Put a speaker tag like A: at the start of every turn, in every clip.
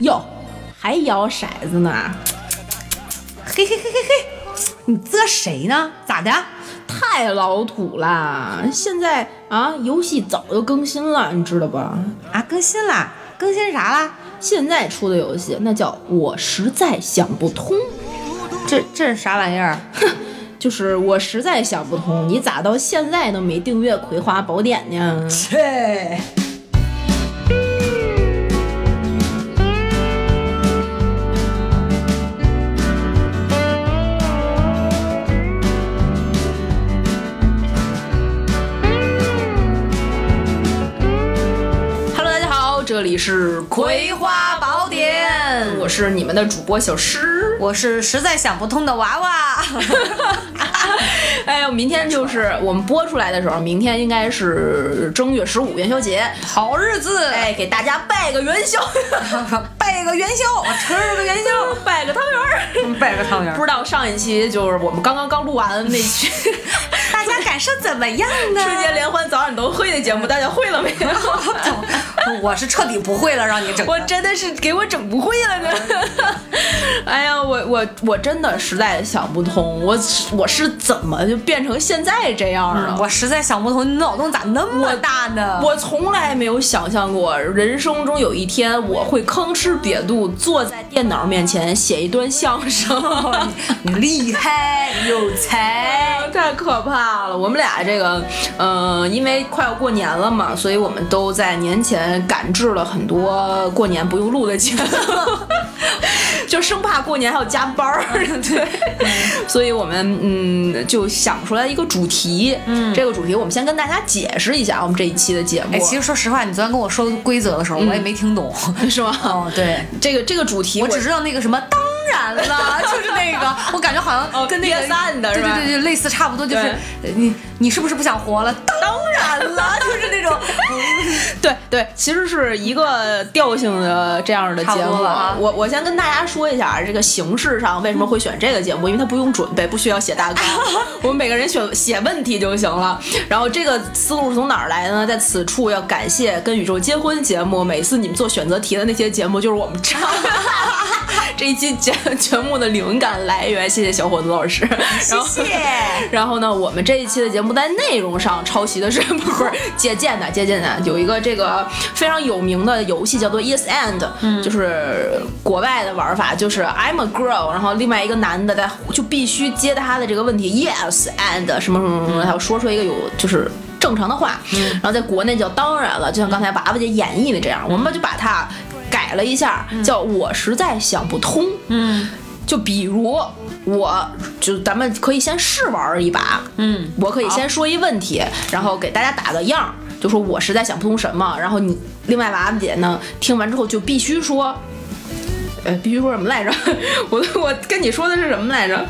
A: 哟，还摇骰子呢？嘿嘿嘿嘿嘿，你啧谁呢？咋的？
B: 啊
A: 太老土啦！现在啊，游戏早就更新了，你知道吧？
B: 啊，更新啦，更新啥啦？
A: 现在出的游戏那叫我实在想不通，
B: 这这是啥玩意儿？
A: 就是我实在想不通，你咋到现在都没订阅《葵花宝典》呢？
B: 切！
A: Hello，大家好，这里是《葵花宝典》，我是你们的主播小诗。
B: 我是实在想不通的娃 娃。
A: 哎呦，明天就是我们播出来的时候，明天应该是正月十五元宵节，
B: 好日子，
A: 哎，给大家拜个元宵，
B: 拜个元宵，我
A: 哎
B: 吃个元宵，
A: 拜个汤圆儿。
B: 拜个汤圆
A: 不知道上一期就是我们刚刚刚录完那 期春
B: 大家感受怎么样呢？
A: 节联欢早晚都会的节目，大家会了没 有？
B: 我是彻底不会了，让你整的。
A: 我真的是给我整不会 了呢！哎呀，我我我真的实在想不通，我我是怎么就变成现在这样了？
B: 我实在想不通，你脑洞咋那么大呢？
A: 我从来没有想象过，人生中有一天我会吭哧瘪肚坐在电脑面前写一段相声。
B: 你厉害有才，
A: 太可怕了！我们俩这个，嗯、因为快要过年了嘛，所以我们都在年前赶制了很多过年不用录的节目， 就生怕过年还要加班儿。嗯对，所以我们嗯就想出来一个主题，嗯，这个主题我们先跟大家解释一下我们这一期的节目，
B: 哎，其实说实话，你昨天跟我说规则的时候，我也没听懂。
A: 是吗？
B: 哦，对，
A: 这个这个主题
B: 我只知道那个什么，当然了，就是那个，我感觉好像跟那个
A: 哦憋散的是
B: 对
A: 吧
B: 对对对，类似差不多，就是呃你你是不是不想活了？当然了，就是那 种，
A: 对对，其实是一个调性的这样的节
B: 差不
A: 目
B: 多了啊。
A: 我我先跟大家说一下啊这个形式上为什么会选这个节目，因为它不用准备，不需要写大 纲，我们每个人选写问题就行了。然后这个思路是从哪儿来的呢？在此处要感谢《跟宇宙结婚》节目，每次你们做选择题的那些节目就是我们唱。 这一期节节目的灵感来源，谢谢小伙子老 师。然后
B: 谢谢
A: 然后呢，我们这一期的节目在内容上抄袭的是不是借鉴的？借鉴的有一个这个非常有名的游戏叫做 Yes and，、就是国外的玩法，就是 I'm a girl，然后另外一个男的在就必须接他的这个问题 Yes and 什么什么什么，还要说出一个有就是。正常的话，然后在国内叫当然了，就像刚才娃娃姐演绎的这样，我们就把它改了一下，叫我实在想不通。
B: 嗯
A: 就比如我，就咱们可以先试玩一把，
B: 嗯，
A: 我可以先说一问题，然后给大家打个样儿，就说我实在想不通什么，然后你另外娃娃姐呢听完之后就必须说，呃，必须说什么来着？ 我我跟你说的是什么来着？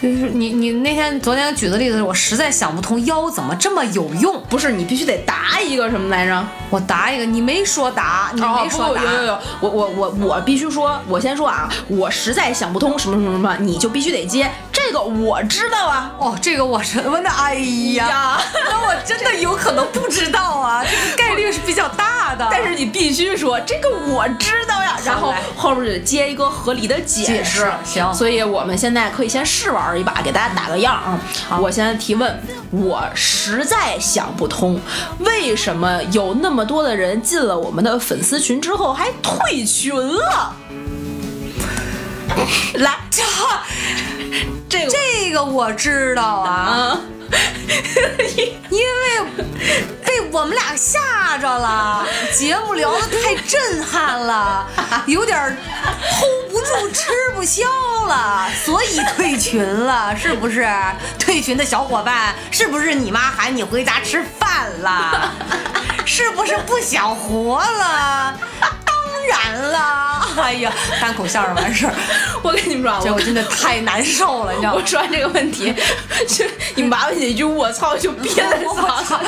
B: 就是你你那天昨天举的例子，我实在想不通腰怎么这么有用。
A: 不是，你必须得答一个什么来着？
B: 我答一个，你没说答，你
A: 哦
B: 没，说
A: 不，
B: 答，
A: 有有有，我我我我必须说，我先说啊，我实在想不通什么什么什么，你就必须得接这个，我知道啊。
B: 哦，这个我是我的，哎呀， 那我真的有可能不知道啊，这个概率是比较大的。
A: 但是你必须说这个我知道呀，然后
B: 嘞
A: 后边就接一个合理的解释。
B: 解释行
A: 所以我们现在可以先试玩一把，给大家打个样啊。我先提问，我实在想不通，为什么有那么多的人进了我们的粉丝群之后还退群 了？来，这这个
B: 这个我知道啊，
A: 啊，
B: 因为被我们俩吓着了，节目聊的太震撼 了，有点儿 hold 不住，吃不消了，所以退群了，是不是？退群的小伙伴，是不是你妈喊你回家吃饭 了？是不是不想活了？当然了，哎呀，单口相声完事儿，
A: 我跟你们说啊，
B: 这
A: 我
B: 我真的太难受了，你知道吗
A: 我？说完这个问 题，就你麻烦你一句我操就憋在嗓子里。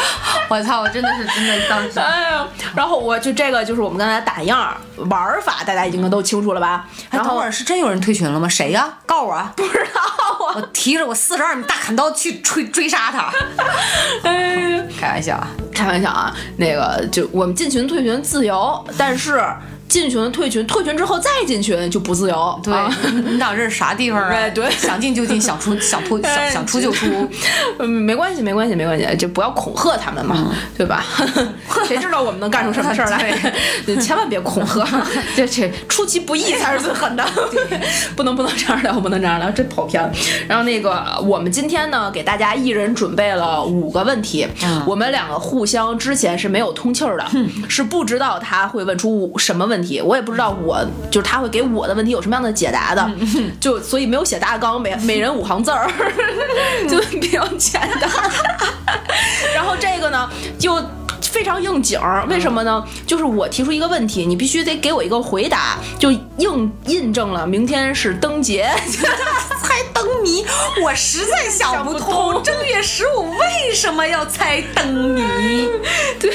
B: 我操！我真的是真的当时
A: 哎呀，然后我就这个就是我们刚才打样儿玩法，大家已经都清楚了吧？
B: 哎，
A: 然
B: 等
A: 后
B: 会儿是真有人退群了吗？谁呀、告诉我啊！
A: 不知道啊，
B: 我提着我四十二米大砍刀去追追杀 他。
A: 哎，
B: 开玩笑啊！
A: 开玩笑啊，那个就我们进群退群自由，但是进群、退群，退群之后再进群就不自由。
B: 对，
A: 啊
B: 你你想这是啥地方啊？
A: 哎对
B: 想进就进，想出想出想想出就 出。
A: 嗯，没关系，没关系，没关系，就不要恐吓他们嘛，对吧？ 谁知道我们能干出什么事儿来？ 你千万别恐吓，这这出其不意才是最狠的。不能不能这样聊，不能这样聊，这跑偏了。然后那个，我们今天呢，给大家一人准备了五个问题，
B: 嗯
A: 我们两个互相之前是没有通气儿的，是不知道他会问出我什么问题，我也不知道我就是他会给我的问题有什么样的解答的，就所以没有写大纲，每每人五行字儿， 就比较简单。然后这个呢，就。非常应景儿，为什么呢？就是我提出一个问题，你必须得给我一个回答，就印印证了明天是灯节。
B: 猜灯谜，我实在想不
A: 想不
B: 通
A: 通
B: 正月十五为什么要猜灯谜。
A: 对，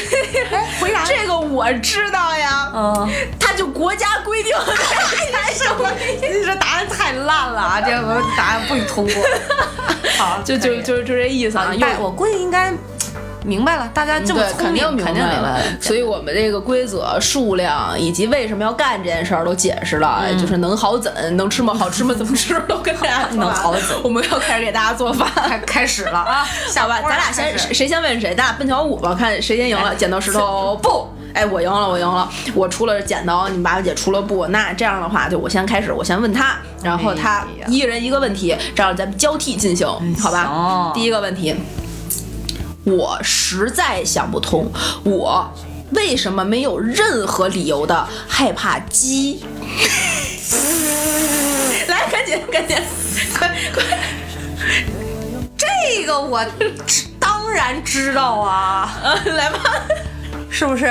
B: 哎，回答
A: 这个我知道呀，
B: 嗯，
A: 他就国家规定
B: 什么？你这答案太烂了啊！这个答案不予通 过。好，
A: 就就就就这意思啊。又
B: 但我估计应该明白了，大家这么
A: 对，
B: 聪
A: 肯
B: 明，
A: 定明
B: 肯定
A: 白了。所以我们这个规则、数量以及为什么要干这件事儿都解释了，
B: 嗯
A: 就是能好怎，能吃吗？好吃吗？怎么吃都跟大家
B: 能好
A: 怎。我们要开始给大家做饭。
B: 开开始了 啊！
A: 好
B: 下
A: 吧，
B: 班，
A: 咱俩先谁先问谁，咱俩奔小五吧，看谁先赢
B: 哎
A: 了。剪刀石头布，哎，我赢了，我赢了，我出了剪刀，你八姐出了布。那这样的话，就我先开始，我先问他，然后他
B: 哎呀嗯
A: 一人一个问题，这样咱们交替进行，好吧
B: 行？
A: 第一个问题，我实在想不通，我为什么没有任何理由的害怕鸡？ 来，赶紧，赶紧，快快！
B: 这个我知当然知道啊，
A: 呃，来吧，
B: 是 不是？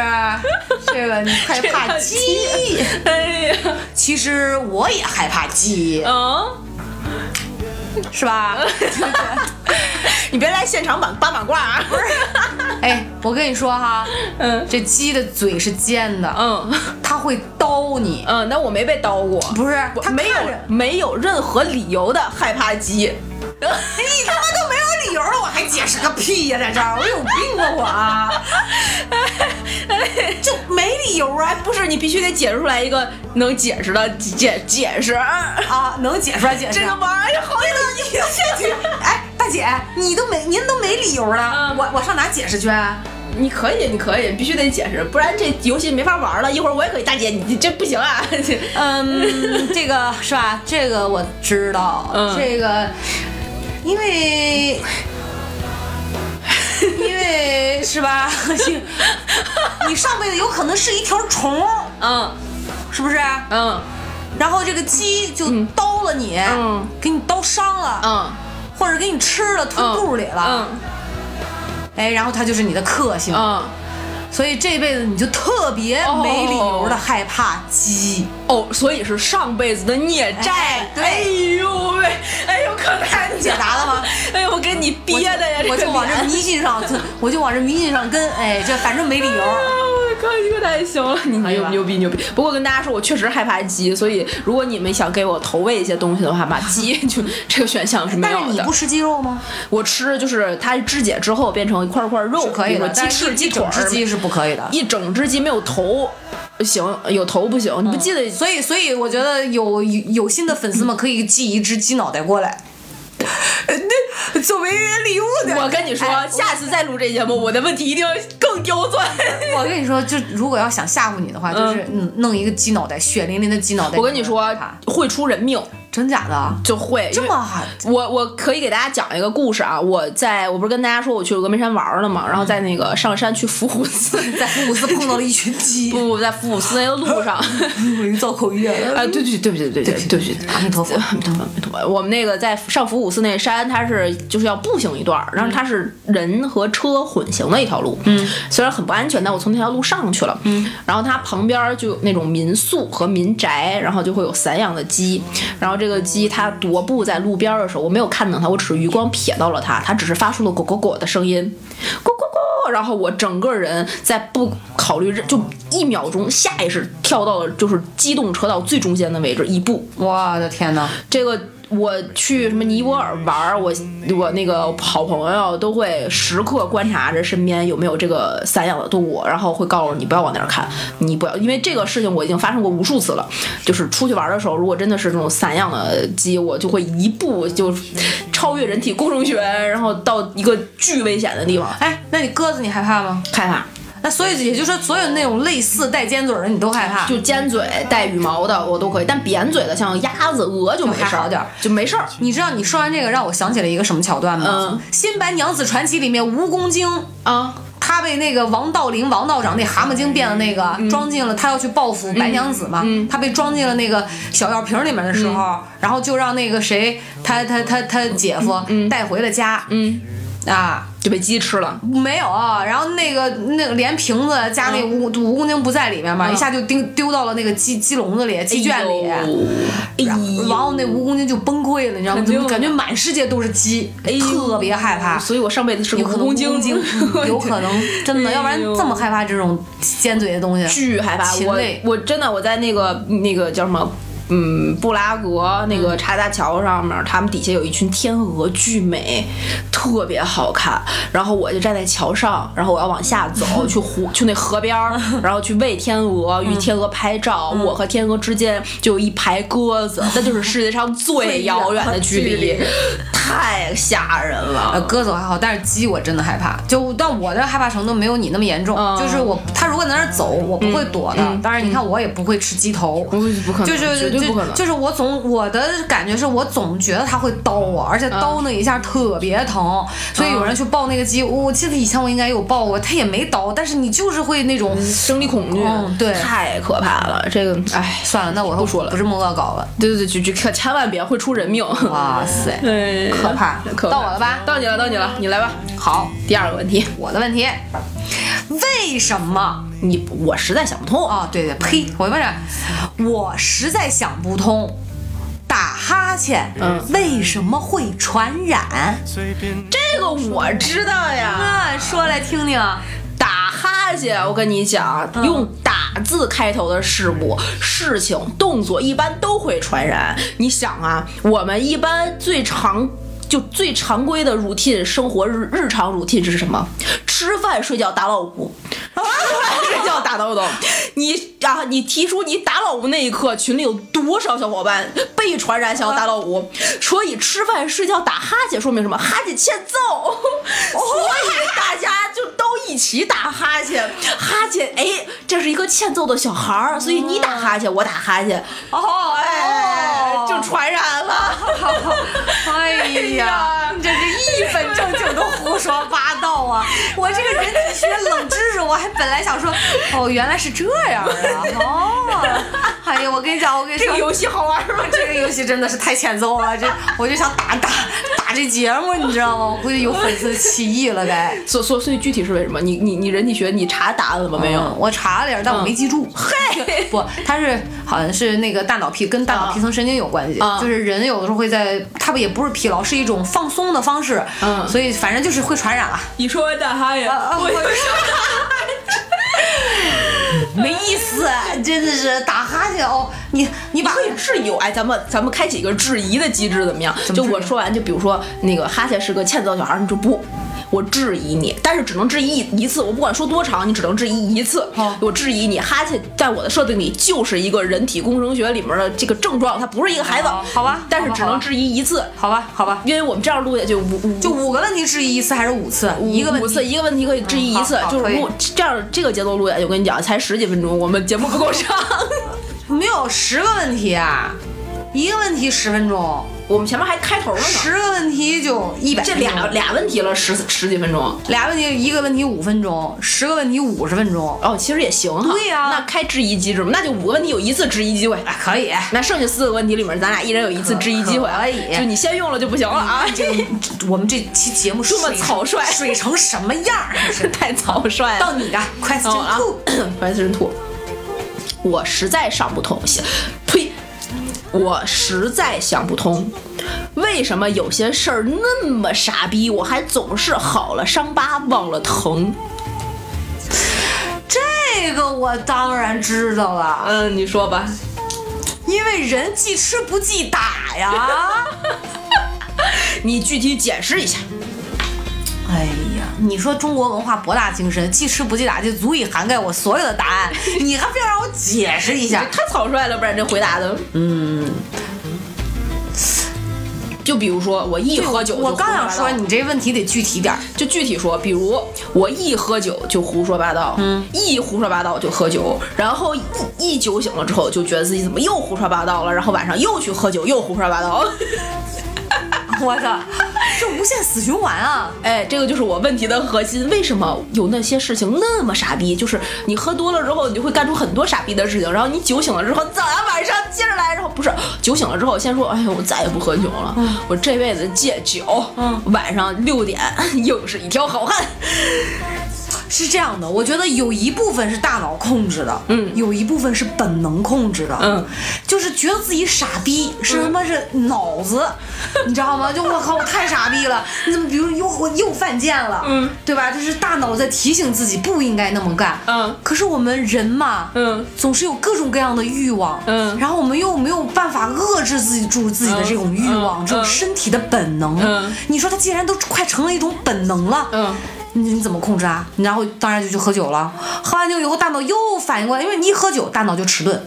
B: 这个你害怕鸡，
A: 哎呀，
B: 其实我也害怕鸡，
A: 嗯。
B: 是吧？
A: 你别来现场把八马褂啊！不是，
B: 哎，我跟你说哈，
A: 嗯
B: 这鸡的嘴是尖的，
A: 嗯
B: 它会叨你，
A: 嗯，那我没被叨过，
B: 不是？
A: 我
B: 它
A: 没有
B: 看着
A: 没有任何理由的害怕鸡。
B: 你他妈都没有理由了，我还解释个屁呀、在这儿我有病吧我啊！
A: 这没理由啊！不是，你必须得解释出来一个能解释的解解 释。
B: 啊，能解释解释。
A: 这个玩意儿好有意思。
B: 哎，大姐，你都没您都没理由了，
A: 嗯
B: 我我上哪解释 去？啊
A: 你可以，你可以，必须得解释，不然这游戏没法玩了。一会儿我也可以，大姐，你你这不行啊！
B: 嗯，这个是吧？这个我知道，
A: 嗯
B: 这个因为因为是吧？你上辈子有可能是一条虫，
A: 嗯
B: 是不是？
A: 嗯
B: 然后这个鸡就叨了你，
A: 嗯
B: 给你叨伤了，
A: 嗯，
B: 或者给你吃了吞肚里了，
A: 嗯
B: 哎，然后它就是你的克星，
A: 嗯。
B: 所以这辈子你就特别没理由的害怕鸡。
A: 哦，所以是上辈子的孽债。
B: 哎对
A: 哎呦喂，哎呦，可难
B: 解答了吗？
A: 哎呦，我给你
B: 我
A: 憋
B: 就
A: 的呀，
B: 我
A: 这
B: 就
A: 个
B: 往这
A: 脸
B: 迷信上，就我就往这迷信上跟，哎，这反正没理由。
A: 啊我靠，你可太行了，你
B: 以
A: 牛
B: 吧
A: 哎牛逼牛逼！不过跟大家说，我确实害怕鸡，所以如果你们想给我投喂一些东西的话，把鸡 就这个选项是没
B: 但
A: 有
B: 是
A: 的。
B: 你不吃鸡肉吗？
A: 我吃就是它肢解之后变成一块儿块儿肉，比如说鸡
B: 但是
A: 翅、
B: 一
A: 鸡腿
B: 整
A: 儿，
B: 只鸡是不可以的。
A: 一整只鸡没有头，行，有头不行。你
B: 嗯
A: 不记得
B: 所以，所以我觉得有有有心的粉丝们可以寄一只鸡脑袋 过来，那作为礼物的。
A: 我跟你说，
B: 哎
A: 下次再录这节目，我的问题一定要更刁钻。
B: 我跟你说，就如果要想吓唬你的话，就是嗯弄一个鸡脑袋，血淋淋的鸡脑袋。
A: 我跟你说
B: 它，
A: 会出人命，
B: 真假的？
A: 就会
B: 这。么啊好
A: 因为我我可以给大家讲一个故事啊！我在我不是跟大家说我去峨眉山玩了嘛，然后在那个上山去伏虎寺，
B: 在福姆斯碰到了一群鸡，
A: 不不在伏虎寺那个路上，
B: 我又造口业了。
A: 啊，对对对对对对对对，
B: 阿弥陀佛，
A: 阿弥陀佛，阿弥陀 佛。我们那个在上伏虎寺那山，它是就是要步行一段儿，然后它是人和车混行的一条路，嗯，虽然很不安全，但我从那条路上去了，嗯，然后它旁边就有那种民宿和民宅，然后就会有散养的鸡，然后这个鸡它踱步在路边儿的时候，我没有看到它，我只是余光瞥到了它，它只是发出了“果果果”的声音，果果果。然后我整个人在不考虑任，就一秒钟下意识跳到了就是机动车道最中间的位置，一步
B: 我的天哪！
A: 这个我去什么尼泊尔玩儿，我我那个好朋友都会时刻观察着身边有没有这个散养的动物，然后会告诉你不要往那儿看，你不要，因为这个事情我已经发生过无数次了。就是出去玩的时候，如果真的是那种散养的鸡，我就会一步就超越人体工程学，然后到一个巨危险的地方，
B: 哎，那你鸽子你害怕吗？
A: 害怕。
B: 那所以也就是说，所有那种类似带尖嘴儿的你都害怕？
A: 就尖嘴带羽毛的我都可以，但扁嘴的像鸭子、鹅就没事
B: 还好
A: 儿
B: 点儿，
A: 就没事儿。
B: 你知道你说完这个让我想起了一个什么桥段吗？
A: 嗯
B: 新白娘子传奇》里面蜈蚣精。
A: 啊，
B: 他被那个王道陵王道长那蛤蟆精变的那个、
A: 嗯
B: 装进了，他要去报复白娘子嘛，他被装进了那个小药瓶里面的时候，
A: 嗯
B: 然后就让那个谁，他他他他姐夫带回了家，
A: 嗯，
B: 啊。
A: 就被鸡吃了。
B: 没有，啊然后那个那个连瓶子加那
A: 嗯
B: 蜈蜈蚣精不在里面嘛，一下就丢丢到了那个鸡鸡笼子里、
A: 哎
B: 鸡圈里，
A: 里
B: 然
A: 哎
B: 后然
A: 呦，
B: 后那蜈蚣精就崩溃了，你知道吗？
A: 肯定
B: 就感觉满世界都是鸡，
A: 哎呦
B: 特别害怕。
A: 所以我上辈子是个
B: 有可能
A: 蜈蚣精，嗯
B: 有可能真的，
A: 哎呦
B: 要不然这么害怕这种尖嘴的东西。
A: 巨害怕。
B: 禽
A: 我
B: 类
A: 我真的我在那个那个叫什么？嗯，布拉格那个查大桥上面，他们底下有一群天鹅，巨美，特别好看。然后我就站在桥上，然后我要往下 走，去湖，去那河边 儿，然后去喂天鹅，与天鹅拍照。我和天鹅之间就有一排鸽子，那就是世界上最遥远的距
B: 最
A: 离
B: 远的距，
A: 太吓人
B: 呃，
A: 了。
B: 鸽子我还好，但是鸡我真的害怕。就但我的害怕程度没有你那么严重，
A: 嗯
B: 就是我它如果在那儿走，我不会躲的。当然，你看我也不会吃鸡头，
A: 不不可能，
B: 就是
A: 绝对不可能。
B: 就是我总我的感觉是我总觉得它会刀我，而
A: 啊
B: 且刀那一下特别疼，所以有人去抱那个鸡，我记得以前我应该有抱过，它也没刀，但是你就是会那种。
A: 生理恐惧，
B: 嗯对
A: 太可怕了。这个，哎，
B: 算了，那我
A: 不说了
B: 不是梦恶搞了。
A: 对对对，就就可千万别会出人命。
B: 哇塞，
A: 哎，
B: 哦可怕
A: 可怕
B: 到我了吧
A: 到你了，到你了，你来吧。
B: 好，
A: 第二个问题，
B: 我的问题，为什么
A: 你我实在想不通。啊
B: 哦，对对，呸！我问问，我实在想不通，打哈欠，
A: 嗯
B: 为什么会传染？
A: 这个我知道呀，
B: 啊，说来听听。
A: 打哈欠，我跟你讲，
B: 嗯
A: 用打字开头的事物、事情、动作一般都会传染。你想啊，我们一般最常。就最常规的 routine 生活日日常 routine 是什么？吃饭、睡觉、打老虎。 睡觉打到懂，你啊，你提出你打老五那一刻，群里有多少小伙伴被传染想要打老五？所以吃饭、睡觉、打哈欠，说明什么？哈欠欠
B: 哦
A: 揍，所以大家就都一起打哈欠。哈欠，哎，这是一个欠揍的小孩儿，所以你打哈欠，我打哈欠，
B: 哦，
A: 哎，就传染了。
B: 哎
A: 呀
B: 呀，你这是一本正经的胡说八道啊！我这个人体学冷知识，我还本来想说，哦，原来是这样啊！哦， 哎呀，我跟你讲，我跟你
A: 这
B: 说
A: 个，游戏好玩吗？
B: 这个游戏真的是太欠揍了，这我就想打打打这节目，你知道吗？我估计有粉丝起义了该。
A: 所所所以具体是为什么？你你你人体学你查答案了吗？没有。
B: 嗯我查了点儿，但我没记住。嘿， 嗯不，它是好像是那个大脑皮跟大脑皮层神经有关系，
A: 啊
B: 就是人有的时候会在，它不也不是疲劳，是一种放松的方式，
A: 嗯
B: 所以反正就是会传染了，
A: 你说完打哈欠，
B: 啊
A: 我就
B: 没意思，啊真的是打哈欠哦，你你把
A: 可以质疑我，哎，咱们咱们开启一个质疑的机制怎么样？
B: 么
A: 就
B: 质疑
A: 我说完，就比如说那个哈欠是个欠揍小孩，你就不，我质疑你，但是只能质疑一一次，我不管说多长，你只能质疑一次。
B: 好
A: 我质疑你哈欠，在我的设定里就是一个人体工程学里面的这个症状，它不是一个孩子，
B: 哦好吧
A: 但是
B: 好吧
A: 只能
B: 好吧
A: 质疑一次，
B: 好吧好吧，
A: 因为我们这样录下去，五五
B: 就五个问题质疑一次还是五次？一个问
A: 五次，
B: 题。
A: 一个问题可以质疑一次
B: 嗯，好好
A: 就是
B: 可以
A: 录这样这个节奏录下去，我跟你讲，才十几分钟，我们节目不够上。
B: 没有十个问题啊，一个问题十分钟，
A: 我们前面还开头了呢，
B: 十个问题就一百。
A: 这俩俩问题了，十十几分钟。
B: 俩问题，一个问题五分钟，十个问题五十分钟，
A: 哦，其实也行哈。
B: 对呀
A: 那开质疑机制嘛，那就五个问题有一次质疑机会。
B: 啊，可以。
A: 那剩下四个问题里面，咱俩一人有一次质疑机会，
B: 可以
A: 就你先用了就不行了啊！
B: 这个我们这期节目
A: 这么
B: 水
A: 草率
B: 水成什么样儿？真是
A: 太草率了。
B: 到你的
A: 然后
B: question
A: 啊
B: two，
A: ，Question Two，我实在上不通，想呸，我实在想不通，为什么有些事儿那么傻逼，我还总是好了伤疤忘了疼？
B: 这个我当然知道了，
A: 嗯，你说吧。
B: 因为人记吃不记打 法呀？
A: 你具体解释一下。
B: 哎呀，你说中国文化博大精深，记吃不记打就足以涵盖我所有的答 案，你还非要让我解释一
A: 这
B: 下？
A: 太草率了，不然这回答的，嗯。就比如说，我一喝酒就
B: 我刚
A: 胡
B: 想
A: 八
B: 说，
A: 道
B: 你这问题得具体点儿。
A: 就具体说，比如我一喝酒就胡说八道，嗯，一胡说八道就喝酒，然后一一酒醒了之后就觉得自己怎么又胡说八道了，然后晚上又去喝酒又胡说八道，
B: 我操，这无限死循环啊！
A: 哎，这个就是我问题的核心。为什么有那些事情那么傻逼？就是你喝多了之后，你就会干出很多傻逼的事情，然后你酒醒了之后，早上晚上接着来，然后不是酒醒了之后先说，哎呦，我再也不喝酒了，我这辈子戒酒，
B: 嗯
A: 晚上六点 又是一条好汉，
B: 是这样的，我觉得有一部分是大脑控制的，
A: 嗯
B: 有一部分是本能控制的，
A: 嗯，
B: 就是觉得自己傻逼，是他妈是 脑子，你知道吗？就我靠，我太傻逼了，你怎么比如又我又犯贱了，
A: 嗯，
B: 对吧？这是大脑在提醒自己不应该那么干，
A: 嗯
B: 可是我们人嘛，
A: 嗯，
B: 总是有各种各样的欲望，
A: 嗯
B: 然后我们又没有办法遏制自己住自己的这种欲望，
A: 嗯
B: 这种
A: 嗯
B: 身体的本能，
A: 嗯
B: 你说它既然都快成了一种本能了，
A: 嗯
B: 你你怎么控制啊？然后当然就去喝酒了，喝完酒以后大脑又反应过来，因为你一喝酒，大脑就迟钝，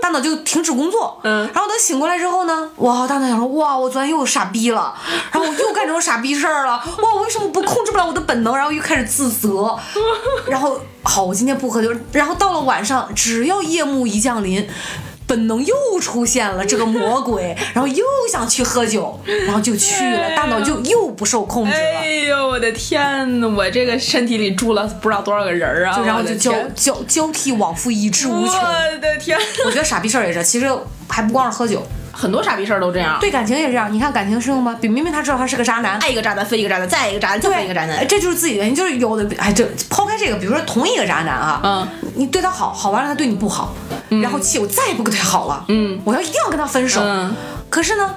B: 大脑就停止工作。
A: 嗯
B: 然后等醒过来之后呢，哇，大脑想说，哇，我昨天又傻逼了，然后我又干这种傻逼事儿了，哇，我为什么不控制不了我的本能？然后又开始自责，然后好，我今天不喝酒。然后到了晚上，只要夜幕一降临。本能又出现了这个魔鬼，然后又想去喝酒，然后就去了，大脑就又不受控制了。
A: 哎呦，我的天呐，我这个身体里住了不知道多少个人儿啊！
B: 就然后
A: 我
B: 就
A: 的
B: 交
A: 天
B: 交交替往复，以至无穷。
A: 我的天，
B: 我觉得傻逼事儿也是，其实还不光是喝酒，
A: 很多傻逼事儿都这样。
B: 对感情也是这样。你看感情是用吗？比明明他知道他是个渣男，
A: 爱一个渣男，分一个渣男，再一个渣男，再分一个渣男
B: 哎，。这就是自己的原因。就是有的，哎，这抛开这个，比如说同一个渣男啊，
A: 嗯，
B: 你对他好，好完了他对你不好，然后气我再也不跟他好了，
A: 嗯，
B: 我要一定要跟他分手。
A: 嗯
B: 可是呢，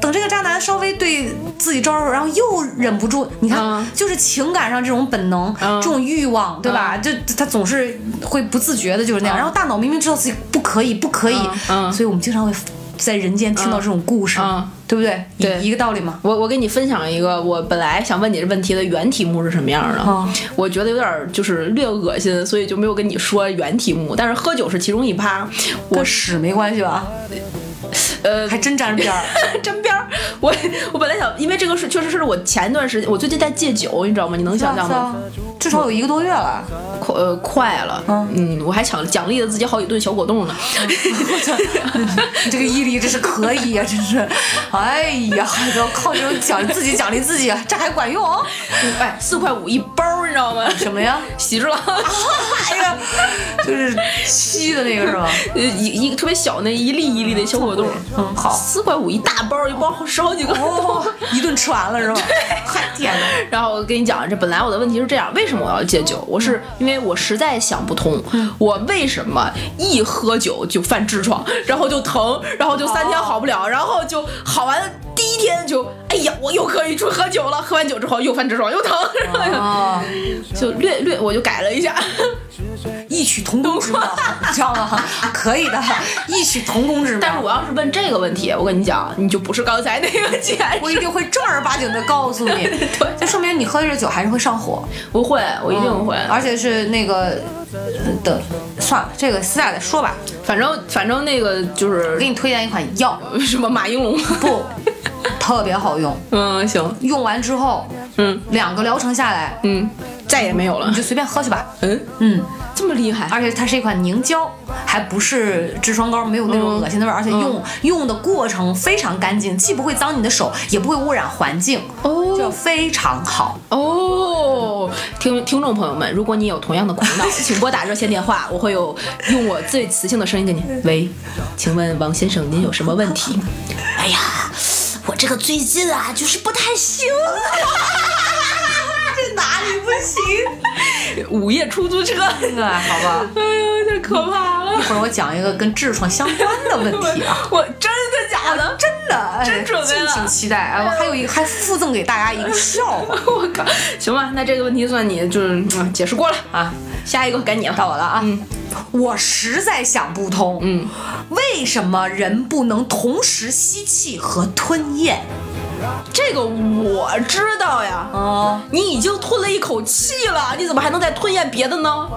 B: 等这个渣男稍微对自己招手，然后又忍不住，你看，
A: 嗯
B: 就是情感上这种本能、
A: 嗯
B: 这种欲望，对吧？就他总是会不自觉的就是那
A: 嗯
B: 样，然后大脑明明知道自己不可以，不可以，
A: 嗯嗯
B: 所以我们经常会在人间听到这种故事，
A: 嗯嗯
B: 对不对？
A: 对
B: 一一个道理嘛。
A: 我我给你分享一个，我本来想问你这问题的原题目是什么样的，
B: 嗯
A: 我觉得有点儿就是略恶心，所以就没有跟你说原题目。但是喝酒是其中一趴，我
B: 跟屎没关系吧？
A: 呃
B: 还真沾边儿。
A: 沾边儿。我我本来想，因为这个是确实是我前一段时间，我最近在戒酒，你知道吗？你能想象
B: 是
A: 吗
B: 啊？是啊至少有一个多月 了。
A: 快呃快了，嗯，我还奖奖励了自己好几顿小果冻呢。
B: 你这个毅力真是可以呀、真是，哎呀，还要靠这种奖励自己奖励自己，啊这还管用、哦
A: 哎，四块五一包儿，你知道吗？
B: 什么呀？
A: 喜之郎，
B: 哎呀，就是吸的那个是吧？
A: 呃 一一个特别小那一粒一粒的小果冻，
B: 嗯，好。
A: 四块五一大包儿，一包十好几个。
B: 哦，一顿吃完了是吧？嗨，天哪！
A: 然后我跟你讲，这本来我的问题是这样，为什么我要戒酒？我是因为我实在想不通，
B: 嗯
A: 我为什么一喝酒就犯痔疮，然后就疼，然后就三天好不了，然后就好完了第一天就，哎呀，我又可以去喝酒了。喝完酒之后又犯痔疮，又疼， 然后
B: 啊，
A: 就略略我就改了一下。
B: 异曲同工之妙，你知道吗？可以的，异曲同工之妙。
A: 但是我要是问这个问题，我跟你讲，你就不是刚才那个解
B: 我
A: 释。
B: 一定会正儿八经的告诉你，就说明你喝着酒还是会上火。
A: 不会，我一定会。
B: 而且是那个呃的，算了，这个私下再说吧。
A: 反正反正那个就
B: 我
A: 是
B: 给你推荐一款药，
A: 什么马应龙，
B: 不，特别好用。
A: 嗯，行，
B: 用完之后，
A: 嗯
B: 两个疗程下来，
A: 嗯，再也没有了
B: 你。就随便喝去吧。
A: 嗯，
B: 嗯，
A: 这么厉害？
B: 而且它是一款凝胶，还不是痔疮膏，没有那种恶心的味儿，而且用、用的过程非常干净，既不会脏你的手，也不会污染环境，就
A: 哦
B: 非常好。
A: 哦，听听众朋友们，如果你有同样的苦 恼，请拨打热线电话，我会有用我最磁性的声音跟你。喂，请问王先生您有什么问题？哎呀，我这个最近啊就是不太行，
B: 这哪里不行？
A: 午夜出租车， 哎
B: 哎，好 吧，
A: 呦，太可怕了。
B: 一会儿我讲一个跟痔疮相关的问题啊。
A: 我真的假的？
B: 真的，哎
A: 真准备
B: 敬
A: 了
B: 请期待。哎，我还有一个，还附赠给大家一个笑话
A: 我靠！行吧，那这个问题算你就是嗯解释过了。
B: 啊。
A: 下一个该你了，
B: 到我了啊，
A: 嗯
B: 我实在想不通，嗯，为什么人不能同时吸气和吞咽？
A: 这个我知道呀，
B: 哦，
A: 你已经吞了一口气了，你怎么还能再吞咽别的呢？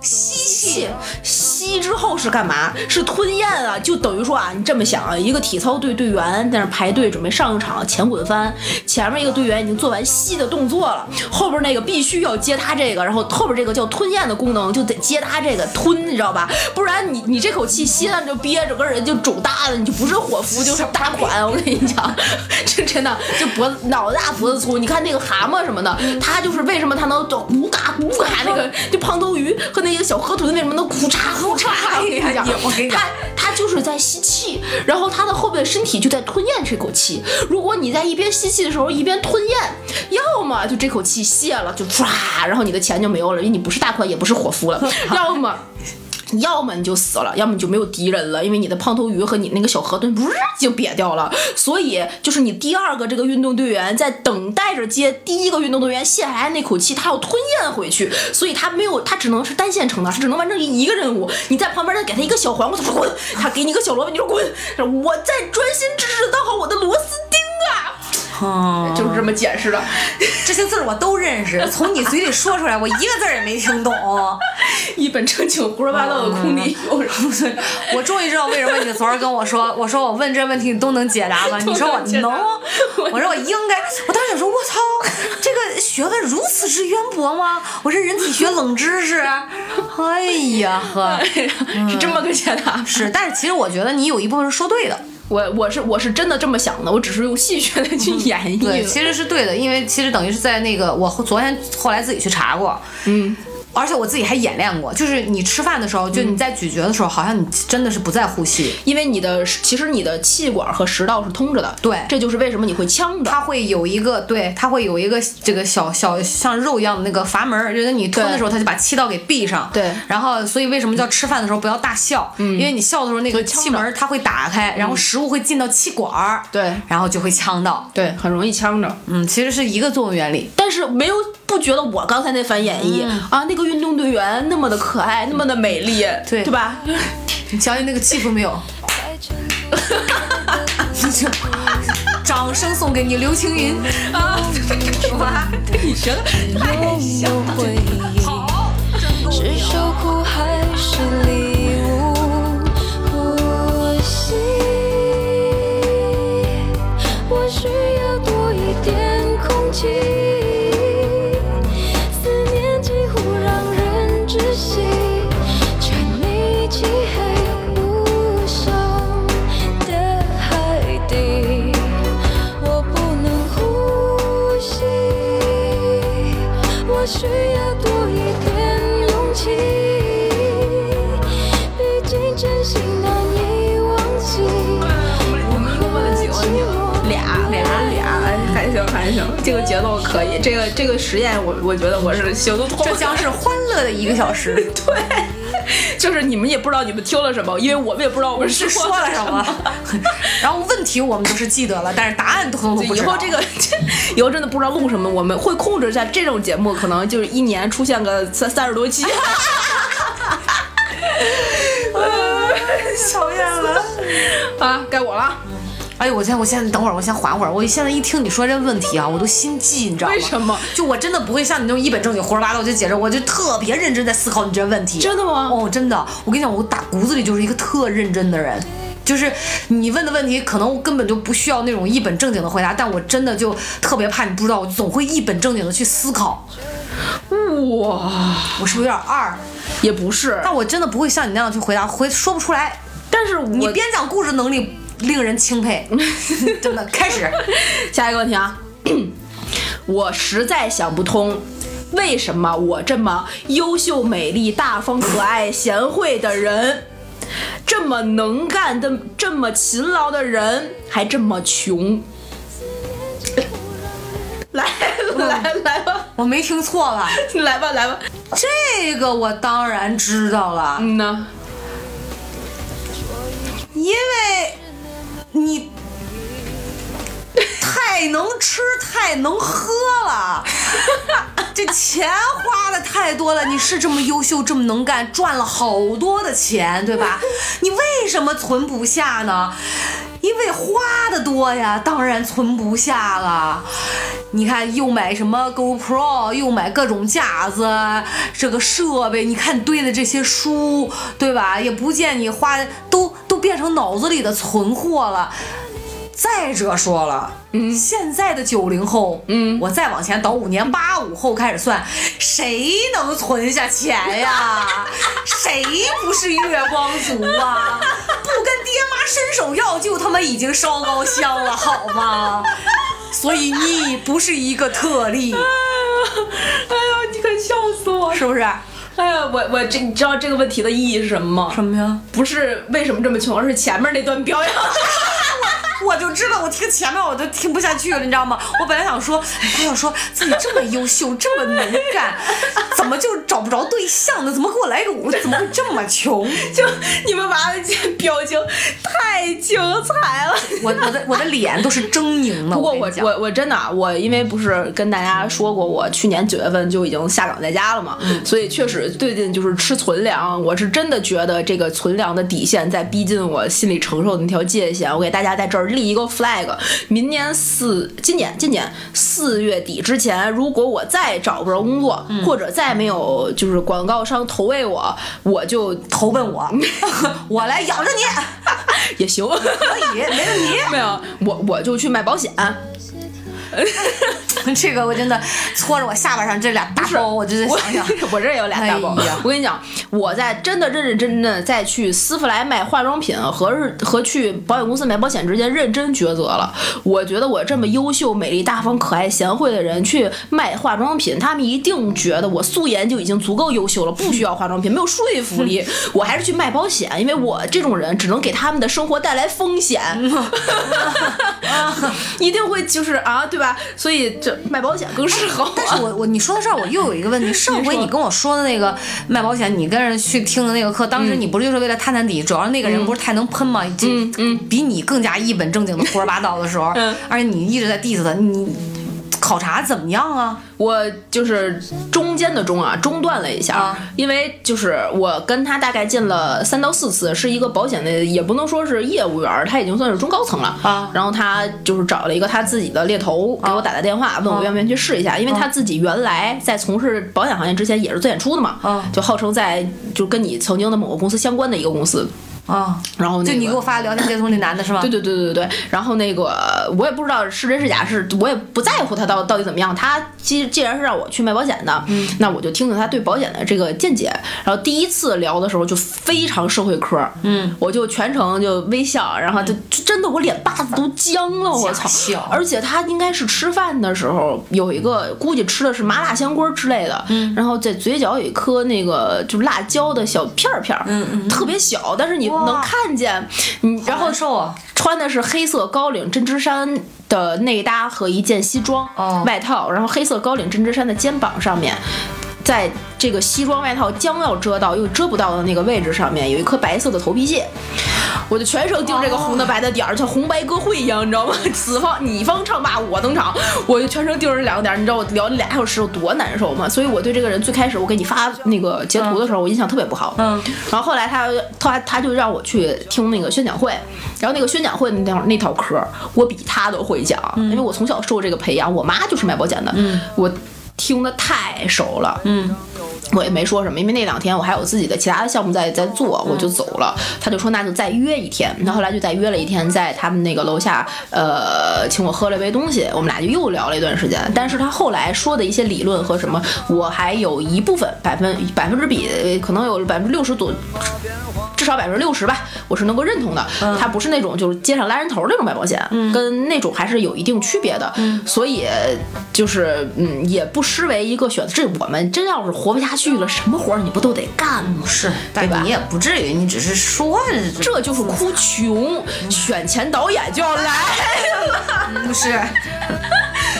B: 吸气，
A: 吸之后是干嘛？是吞咽啊，就等于说啊，你这么想啊，一个体操队队员在那排队准备上一场前滚翻，前面一个队员已经做完吸的动作了，后边那个必须要接他这个，然后后边这个叫吞咽的功能就得接他这个吞，你知道吧？不然你你这口气吸上就憋着，跟人就肿大了，你就不是伙夫就是大款。我跟你讲，这真的就脖子脑袋大脖子粗。你看那个蛤蟆什么的，
B: 嗯
A: 他就是为什么他能咕嘎咕嘎那个，就胖头鱼和那个小河豚为什么
B: 嗯
A: 能咕嚓咕嚓？我跟你讲，
B: 哎我跟你讲
A: 他他就是在吸气，然后他的后边身体就在吞咽这口气。如果你在一边吸气的时候一边吞咽，要么就这口气泄了，就唰，然后你的钱就没有了，因为你不是大款也不是伙夫 了，要么。要么你就死了，要么你就没有敌人了，因为你的胖头鱼和你那个小河豚不是就瘪掉了。所以就是你第二个这个运动队员在等待着接第一个运动队员泄下来那口气，他要吞咽回去，所以他没有，他只能是单线程的，他只能完成一个任务。你在旁边再给他一个小黄瓜，他说滚；他给你一个小萝卜，你说滚。我在专心致志当好我的螺丝钉啊，
B: 哦，
A: 就是这么解释的。
B: 这些字儿我都认识， 从你嘴里说出来，我一个字儿也没听懂。
A: 一本正经胡说八道的空地 有什么？
B: 我终于知道为什么你昨儿跟我 说，我说我问这问题你都能解答了，你说我
A: 都能解答
B: 能，我说我应该，我当时想说，我操，这个学问如此之渊博吗？我是人体学冷知 识，哎呀呵，
A: 是这么个解答。
B: 是，但是其实我觉得你有一部分是说对的，
A: 我我是我是真的这么想的，我只是用戏谑的去演绎。
B: 嗯 对，其实是对的，因为其实等于是在那个我后昨天后来自己去查过，嗯。而且我自己还演练过，就是你吃饭的时候，就你在咀嚼的时候，好像你真的是不在呼吸，
A: 因为你的其实你的气管和食道是通着的，
B: 对
A: 这就是为什么你会呛的。
B: 它会有一个，对，它会有一个这个小小像肉一样的那个阀门儿，就是你吞的时候，它就把气道给闭上。
A: 对
B: 然后所以为什么叫吃饭的时候不要大笑？因为你笑的时候那个气门儿它会打开，然后食物会进到气管儿，
A: 对
B: 然后就会呛到。
A: 对，很容易呛着，
B: 嗯，其实是一个作用原理。
A: 但是没有不觉得我刚才那番演绎、
B: 嗯
A: 啊，那个运动队员那么的可爱，那么的美丽，
B: 嗯对
A: 对吧？
B: 你瞧瞧那个气氛没有？ 掌声送给你，刘青云。
A: 啊，哇，你学的太像了。
C: 回忆，是受苦还是礼物？呼吸，我需要多一点空气。思念几乎让人窒息，沉溺漆黑无声的海底，我不能呼吸。我需要多一点勇气，毕竟真心难以忘记。
A: 我们录了几个
C: 寂寞
A: 俩俩俩，哎还行还行，这个节奏可以，这个这个实验我我觉得我是行得通。
B: 这将是欢乐的一个小 时。
A: 就是你们也不知道你们听了什么，因为我们也不知道我们
B: 是说了什 么？然后问题我们都是记得了，但是答案统统都不
A: 以
B: 知道。
A: 后这个，以后真的不知道录什么，我们会控制一下这种节目，可能就是一年出现个三三十多期。
B: 讨厌了。
A: 啊，该我了，
B: 哎呦，我现在我现在等会儿，我先缓会儿。我现在一听你说这问题啊，我都心悸，你知道吗？
A: 为什么？
B: 就我真的不会像你那种一本正经胡说八道就解释，我就特别认真在思考你这问题。
A: 真的吗
B: 哦，真的，我跟你讲，我打骨子里就是一个特认真的人。就是你问的问题，可能我根本就不需要那种一本正经的回答，但我真的就特别怕你不知道，我总会一本正经的去思考。
A: 哇，
B: 我是不是有点二？
A: 也不是，
B: 但我真的不会像你那样去回答，回说不出来。
A: 但是
B: 你
A: 我
B: 编讲故事能力令人钦佩， 真的。开始，
A: 下一个问题啊， 我实在想不通。为什么我这么优秀、美丽、大方、可爱、贤惠的人，这么能干的、这么勤劳的人，还这么穷？ 来来来吧，
B: 我没听错吧？
A: 来吧，来吧。
B: 这个我当然知道了，
A: 嗯呐，
B: 因为 你太能吃，太能喝了。 这钱花的太多了。你是这么优秀，这么能干，赚了好多的钱，对吧？你为什么存不下呢？因为花的多呀，当然存不下了。你看，又买什么 GoPro，又买各种架子，这个设备，你看堆的这些书，对吧？也不见你花，都都变成脑子里的存货了。再者说了，嗯，现在的九零后，嗯，我再往前倒五年，八五后开始算，谁能存下钱呀？ 谁不是月光族啊？不跟爹妈伸手要，就他妈已经烧高香了，好吗？所以你不是一个特 例，
A: 哎呦，你可笑死我！
B: 是不是？
A: 哎呀，我我这你知道这个问题的意义是什么吗？
B: 么呀？
A: 不是为什么这么穷，而是前面那段表扬。
B: 我就知道，我听前面我都听不下去了，你知道吗？我本来想说，哎他要说自己这么优秀，这么能干，怎么就找不着对象呢？怎么给我来个我怎么会这么穷？
A: 就你们娃的这表情太精彩了。
B: 我我的我的脸都是狰狞的。
A: 不过
B: 我
A: 我
B: 跟你讲
A: 我我真的啊，我因为不是跟大家说过，我去年九月份就已经下岗在家了嘛，
B: 嗯
A: 所以确实最近就是吃存粮，我是真的觉得这个存粮的底线在逼近我心理承受的那条界限。我给大家在这儿立一个 flag，明年四今年今年四月底之前，如果我再找不着工作，
B: 嗯
A: 或者再没有就是广告商投喂我，我就
B: 投奔我， 我来养着你，
A: 也行。
B: 可以没问题。
A: 没有，我我就去卖保险。
B: 这个我真的搓着我下巴上这俩大包，我就在
A: 我
B: 想想，
A: 我这也有俩大包
B: 哎呀。
A: 我跟你讲，我在真的认认真真的在去丝芙莱买化妆品和日和去保险公司买保险之间认真抉择了。我觉得我这么优秀、美丽、大方、可爱、贤惠的人去卖化妆品，他们一定觉得我素颜就已经足够优秀了，不需要化妆品，没有说服 力。我还是去卖保险，因为我这种人只能给他们的生活带来风 险。一定会就是啊，对吧？所以这卖保险更适合 我。
B: 但是我我你说到这儿，我又有一个问 题。上回你跟我说的那个卖保险，你跟人去听的那个课，当
A: 嗯
B: 时你不就是为了探探底？主要是那个人不是太能喷嘛，就
A: 嗯
B: 比你更加一本正经的胡说八道的 时候，而且你一直在 diss 他，你考察怎么样啊？
A: 我就是中间的中啊，中断了一下，
B: 啊
A: 因为就是我跟他大概见了三到四次，是一个保险的，也不能说是业务员儿，他已经算是中高层了
B: 啊
A: 然后他就是找了一个他自己的猎头给我打来电话，问我愿不愿意去试一下，因为他自己原来在从事保险行业之前也是做演出的嘛，
B: 啊
A: 就号称在就跟你曾经的某个公司相关的一个公司，
B: 啊，
A: 然后、那
B: 就
A: 个、
B: 你给我发聊天截图那男的是吧？
A: 对对对对对对，然后那个我也不知道是真是假，是我也不在乎他到到底怎么样。他既既然是让我去卖保险的，
B: 嗯
A: 那我就听听他对保险的这个见解。然后第一次聊的时候就非常社会科，嗯，我就全程就微笑，然后就就真的我脸巴子都僵了，我操
B: 嗯假！笑
A: 而且他应该是吃饭的时候有一个，估计吃的是麻辣香锅之类的，
B: 嗯
A: 然后在嘴角有一颗那个就辣椒的小片儿片儿，特别小，但是你
B: 哇
A: 能看见，你然
B: 然
A: 后
B: 后瘦啊，
A: 穿的是黑色高领针织衫的内搭和一件西装、
B: 哦
A: 外套，然后黑色高领针织衫的肩膀上面，在这个西装外套将要遮到又遮不到的那个位置上面，有一颗白色的头皮屑。我就全程盯这个红的白的点儿，像红白歌会一样，你知道吗？
B: 哦
A: 此方你方唱罢我登场，我就全程盯着这两个点儿。你知道我聊俩小时有多难受吗？所以我对这个人最开始我给你发那个截图的时候，我印象特别不好。
B: 嗯，
A: 然后后来他他他就让我去听那个宣讲会，然后那个宣讲会那套那套课，我比他都会讲，
B: 嗯
A: 因为我从小受这个培养，我妈就是卖保险的，我听的太熟了，嗯。我也没说什么，因为那两天我还有自己的其他的项目在在做，我就走了。他就说那就再约一天，那后来就再约了一天，在他们那个楼下，呃，请我喝了一杯东西，我们俩就又聊了一段时间。但是他后来说的一些理论和什么，我还有一部分百分百分之比，呃可能有百分之六十左至少百分之六十吧，我是能够认同的。它不是那种就是街上拉人头那种买保险，跟那种还是有一定区别的。所以就是嗯，也不失为一个选择。这我们真要是活不下去了，什么活儿你不都得干吗？
B: 是，
A: 对吧
B: 但你也不至于，你只是说这
A: 这就是哭穷，选前导演就要来。
B: 不是，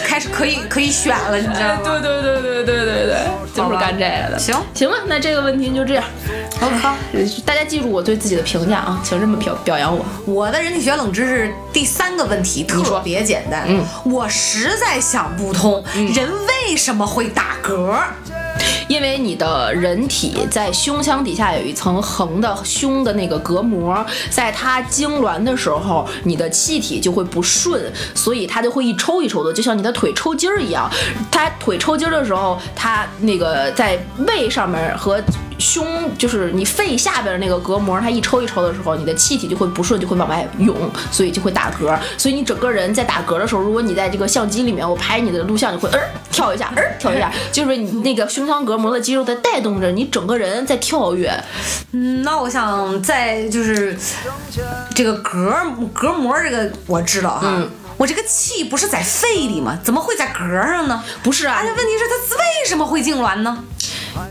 B: 开始可以可以选了，你知道吗？
A: 对对对对对对对，就是干这个的。
B: 行
A: 行吧，那这个问题就这样。
B: 我靠，
A: 呃大家记住我对自己的评价啊，请这么表表扬我。
B: 我的人体学冷知识第三个问题特别简单，
A: 嗯
B: 我实在想不通、人为什么会打嗝。
A: 因为你的人体在胸腔底下有一层横的胸的那个隔膜，在它痉挛的时候，你的气体就会不顺，所以它就会一抽一抽的，就像你的腿抽筋儿一样。它腿抽筋儿的时候，它那个在胃上面和胸，就是你肺下边那个隔膜，它一抽一抽的时候，你的气体就会不顺，就会往外涌，所以就会打嗝。所以你整个人在打嗝的时候，如果你在这个相机里面，我拍你的录像，你会呃跳一下，呃跳一下，就是你那个胸腔隔膜的肌肉在带动着你整个人在跳跃。
B: 嗯，那我想再就是这个嗝嗝膜这个我知道哈。
A: 嗯
B: 我这个气不是在肺里吗？怎么会在嗝上呢？
A: 不是啊
B: 而且，问题是它为什么会痉挛呢？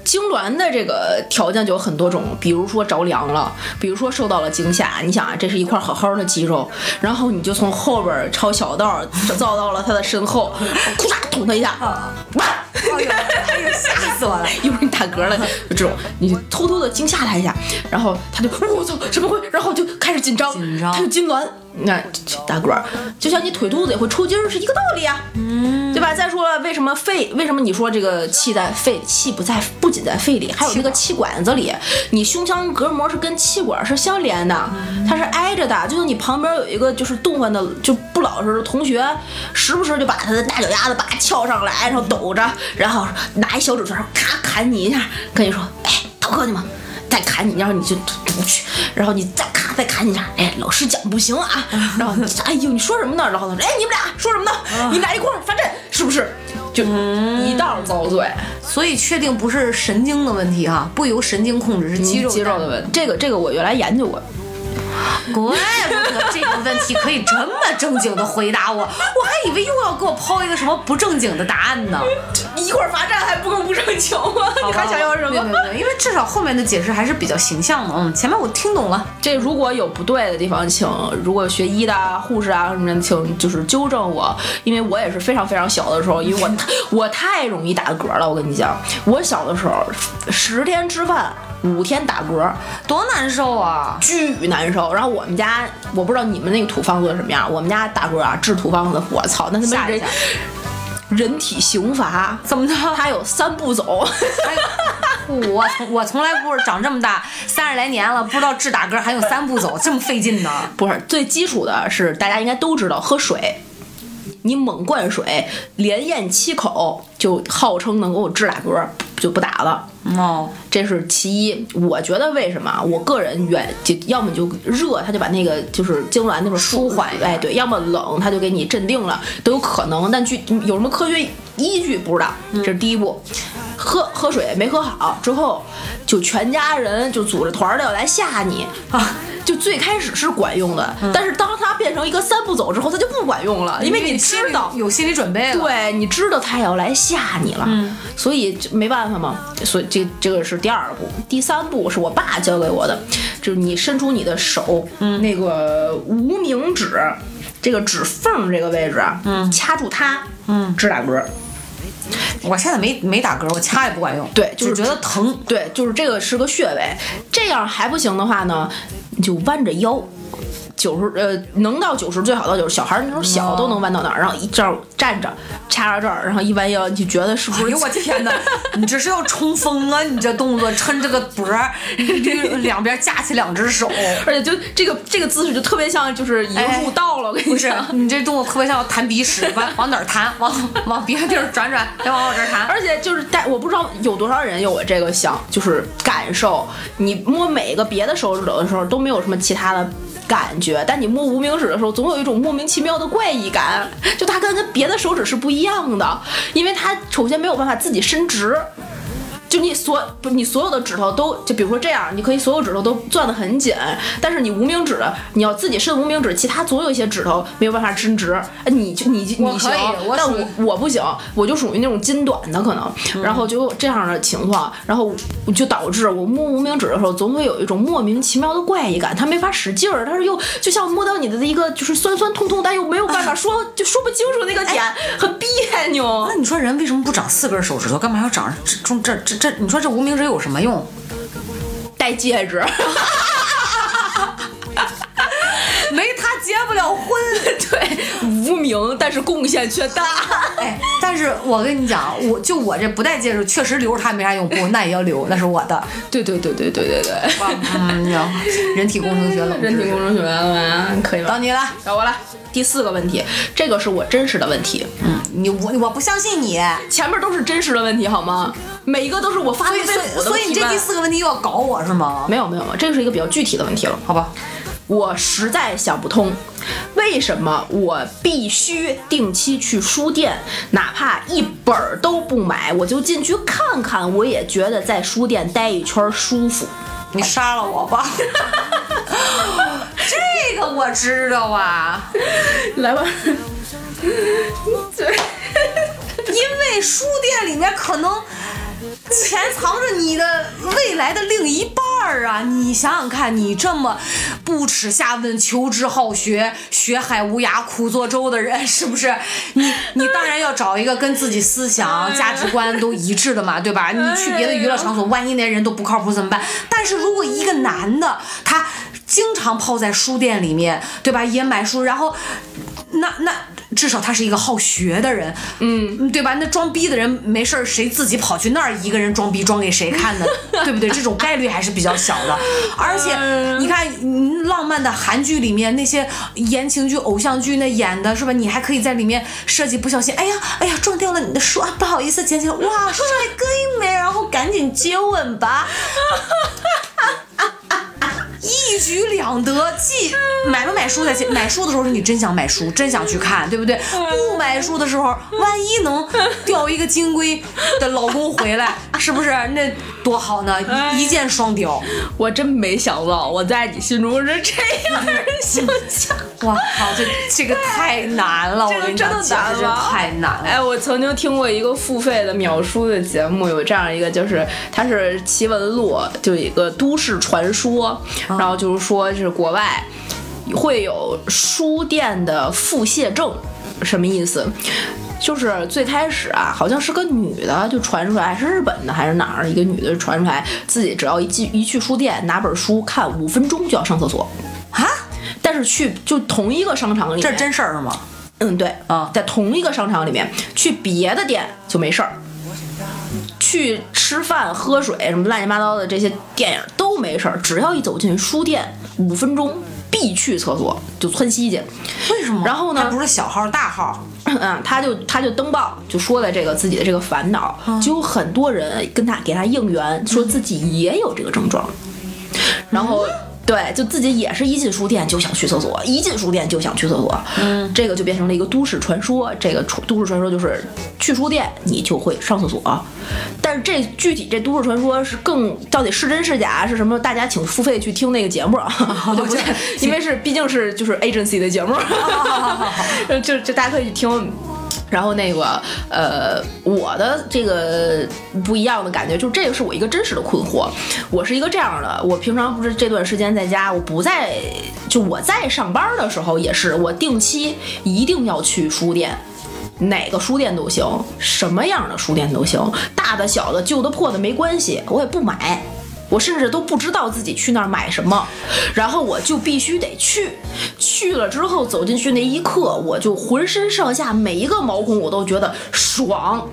A: 痉挛的这个条件就有很多种，比如说着凉了，比如说受到了惊吓。你想啊，这是一块好好的肌肉，然后你就从后边儿抄小道儿造到了他的身后， 咔捅他一下，
B: 啊
A: 哇！
B: 哎呦，哎呦，吓死我 了！
A: 一会儿你打嗝了，就这种，你就偷偷的惊吓他一下，然后他就，哦我操，什么会？然后就开始紧张，
B: 紧张
A: 他就痉挛。你看这打嗝，就像你腿肚子也会抽筋儿是一个道理啊，嗯，对吧？再说了，为什么肺？为什么你说这个气在肺？气不在，不仅在肺里，还有那个气管子里。你胸腔隔膜是跟气管是相连的，它是挨着的。就像你旁边有一个就是动换的就不老实的同学，时不时就把他的大脚丫子叭翘上来，然后抖着，然后拿一小指头咔砍你一下，跟你说，哎，逃课去吗？再砍你，然后你就出去，然后你再咔再砍你一下，哎，老师讲不行 啊，然后你哎呦你说什么呢？然后他说哎你们俩说什么呢？你们俩一块儿发阵是不是？就一道遭罪，
B: 所以确定不是神经的问题哈、不由神经控制，是肌
A: 嗯
B: 肉
A: 肌肉的问题。这个这个我原来研究过，
B: 怪不得这个问题可以这么正经的回答我，我还以为又要给我抛一个什么不正经的答案呢。
A: 一块儿罚站还不够不正经吗？你还想要什
B: 没有没
A: 么？
B: 有没有，因为至少后面的解释还是比较形象的。嗯，前面我听懂了。
A: 这如果有不对的地方，请如果学医的啊、护士啊什么的，请就是纠正我，因为我也是非常非常小的时候，因为我我太容易打嗝了。我跟你讲，我小的时候十天吃饭五天打嗝，
B: 多难受啊！
A: 巨难受。然后我们家，我不知道你们那个土方子是什么样，我们家打嗝啊，治土方子，我操，那他妈
B: 吓一
A: 人
B: 吓
A: 人体刑罚，
B: 怎么着？
A: 它有三步走。
B: 哎呦我从我从来不是长这么大三十来年了，不知道治打嗝还有三步走这么费劲呢。
A: 不是最基础的是，大家应该都知道，喝水。你猛灌水，连咽七口，就号称能够治打嗝，就不打了。
B: 哦，
A: 这是其一。我觉得为什么啊？我个人原就要么就热，他就把那个就是痉挛那种舒缓，哎对；要么冷，他就给你镇定了，都有可能。但具有什么科学依据不知道，这是第一步。喝喝水没喝好之后，就全家人就组着团儿的要来吓你啊！就最开始是管用的，但是当它变成一个三步走之后，它就不管用了，
B: 嗯
A: 因为你知道
B: 有心理准备了。
A: 对，你知道他也要来吓你了，
B: 嗯
A: 所以就没办法嘛。所以这这个是第二步，第三步是我爸教给我的，就是你伸出你的手，
B: 嗯
A: 那个无名指这个指缝这个位置，嗯，掐住它，嗯，直打嗝。
B: 对，我现在没没打嗝，我掐也不管用。
A: 对就是
B: 只觉得疼。
A: 对，就是这个是个穴位。这样还不行的话呢，你就弯着腰。九十呃，能到九十最好到九十，小孩儿那时候
B: 哦
A: 小都能弯到那儿，然后一这样站着，掐着这儿，然后一弯腰，你觉得是不
B: 哎
A: 是
B: 呦我天 哪！你这是要冲锋啊！你这动作抻这个脖儿，你这两边架起两只 手，
A: 而且就这个这个姿势就特别像就是已经入道了，我跟你
B: 哎不是
A: 讲。
B: 你这动作特别像要弹鼻屎，往往哪儿弹？往往别的地儿转转，再往我这儿弹。
A: 而且就是带，我不知道有多少人有我这个想，就是感受。你摸每个别的手指头的时候都没有什么其他的感觉，但你摸无名指的时候，总有一种莫名其妙的怪异感。就它跟跟别的手指是不一样的，因为它首先没有办法自己伸直，就你所不你所有的指头都就比如说这样，你可以所有指头都攥得很紧，但是你无名指你要自己伸无名指，其他总有一些指头没有办法伸直。哎，你就你就
B: 我
A: 你行
B: 可以，我
A: 但
B: 属于
A: 我我不行，我就属于那种筋短的可能，然后就有这样的情况，然后我就导致我摸无名指的时候，总会有一种莫名其妙的怪异感，它没法使劲儿，但是又就像摸到你的一个就是酸酸痛痛，但又没有办法说、就说不清楚那个点，很别扭
B: 那。你说人为什么不长四根手指头？干嘛要长这中这这这？你说这无名指有什么用？
A: 带戴戒 指，
B: 没他结不了婚。
A: 对，无名，但是贡献却大。
B: 哎，但是我跟你讲，我就我这不戴戒指，确实留着它没啥用，不，那也要留，那是我的。
A: 对对对对对对对，
B: 嗯， 人体工程学冷知
A: 人体
B: 识。
A: 工程学吧，啊可以吧？
B: 到你了，
A: 到我了。第四个问题，这个是我真实的问题，
B: 嗯，你我我不相信你，
A: 前面都是真实的问题好吗？每一个都是我发
B: 所
A: 自
B: 以
A: 肺腑
B: 所以
A: 的
B: 所以你这
A: 提
B: 第
A: 问
B: 四个问题又要搞我是吗？
A: 没有没有，这个是一个比较具体的问题了。
B: 好吧，
A: 我实在想不通，为什么我必须定期去书店，哪怕一本儿都不买，我就进去看看，我也觉得在书店待一圈儿舒服。
B: 你杀了我吧。 这个我知道啊，
A: 来吧，
B: 因为书店里面可能潜藏着你的未来的另一半儿啊！你想想看，你这么不耻下问、求知好学、学海无涯、苦作舟的人，是不是？你你当然要找一个跟自己思 想、价值观都一致的嘛，对吧？你去别的娱乐场所，万一那人都不靠谱怎么办？但是如果一个男的他经常泡在书店里面，对吧？也买书，然后那那。至少他是一个好学的人，嗯，对吧？那装逼的人没事儿，谁自己跑去那儿一个人装逼装给谁看呢？ 对不对？这种概率还是比较小的。而且你看，嗯浪漫的韩剧里面那些言情剧、偶像剧那演的是吧？你还可以在里面设计，不小心，哎呀，哎呀，撞掉了你的书啊，不好意思，捡起来，哇，帅哥一枚，然后赶紧接吻吧。一举两得，既买不买书在前，买书的时候是你真想买书，真想去看，对不对？不买书的时候，万一能钓一个金龟的老公回来，是不是那多好呢？一一箭双雕。
A: 我真没想到我在你心中是这样 的形象。
B: 哇靠，这这个太难了，
A: 这
B: 我
A: 个
B: 跟你讲，
A: 真的难
B: 简直
A: 了
B: 太难了。
A: 哎，我曾经听过一个付费的秒书的节目，有这样一个，就是它是奇闻录，就有一个都市传说，
B: 嗯
A: 然后就是说是国外会有书店的腹泻症，什么意思？就是最开始啊，好像是个女的就传出来，是日本的还是哪儿一个女的传出来，自己只要一进一去书店拿本书看五分钟就要上厕所，
B: 啊，
A: 但是去就同一个商场里面，
B: 这是真事儿是吗？
A: 嗯，对
B: 啊
A: 在同一个商场里面，去别的店就没事儿，去吃饭、喝水什么乱七八糟的这些电影都没事儿，只要一走进书店，五分钟必去厕所，就窜稀去。
B: 为什么？
A: 然后呢
B: 它不是小号大号，
A: 嗯，他就他就登报，就说了这个自己的这个烦恼，就有很多人跟他给他应援，说自己也有这个症状，然后。对，就自己也是一进书店就想去厕所，一进书店就想去厕所，嗯，这个就变成了一个都市传说。这个传都市传说就是去书店你就会上厕所，但是这具体这都市传说是更到底是真是假是什么？大家请付费去听那个节目啊， 我就不再，因为是毕竟是就是 agency 的节目，就 就就大家可以去听。然后那个呃，我的这个不一样的感觉，就这个是我一个真实的困惑。我是一个这样的，我平常不是这段时间在家，我不在，就我在上班的时候也是，我定期一定要去书店。哪个书店都行，什么样的书店都行，大的、小的、旧的、破的没关系，我也不买。我甚至都不知道自己去那儿买什么，然后我就必须得去。去了之后走进去那一刻，我就浑身上下每一个毛孔我都觉得爽。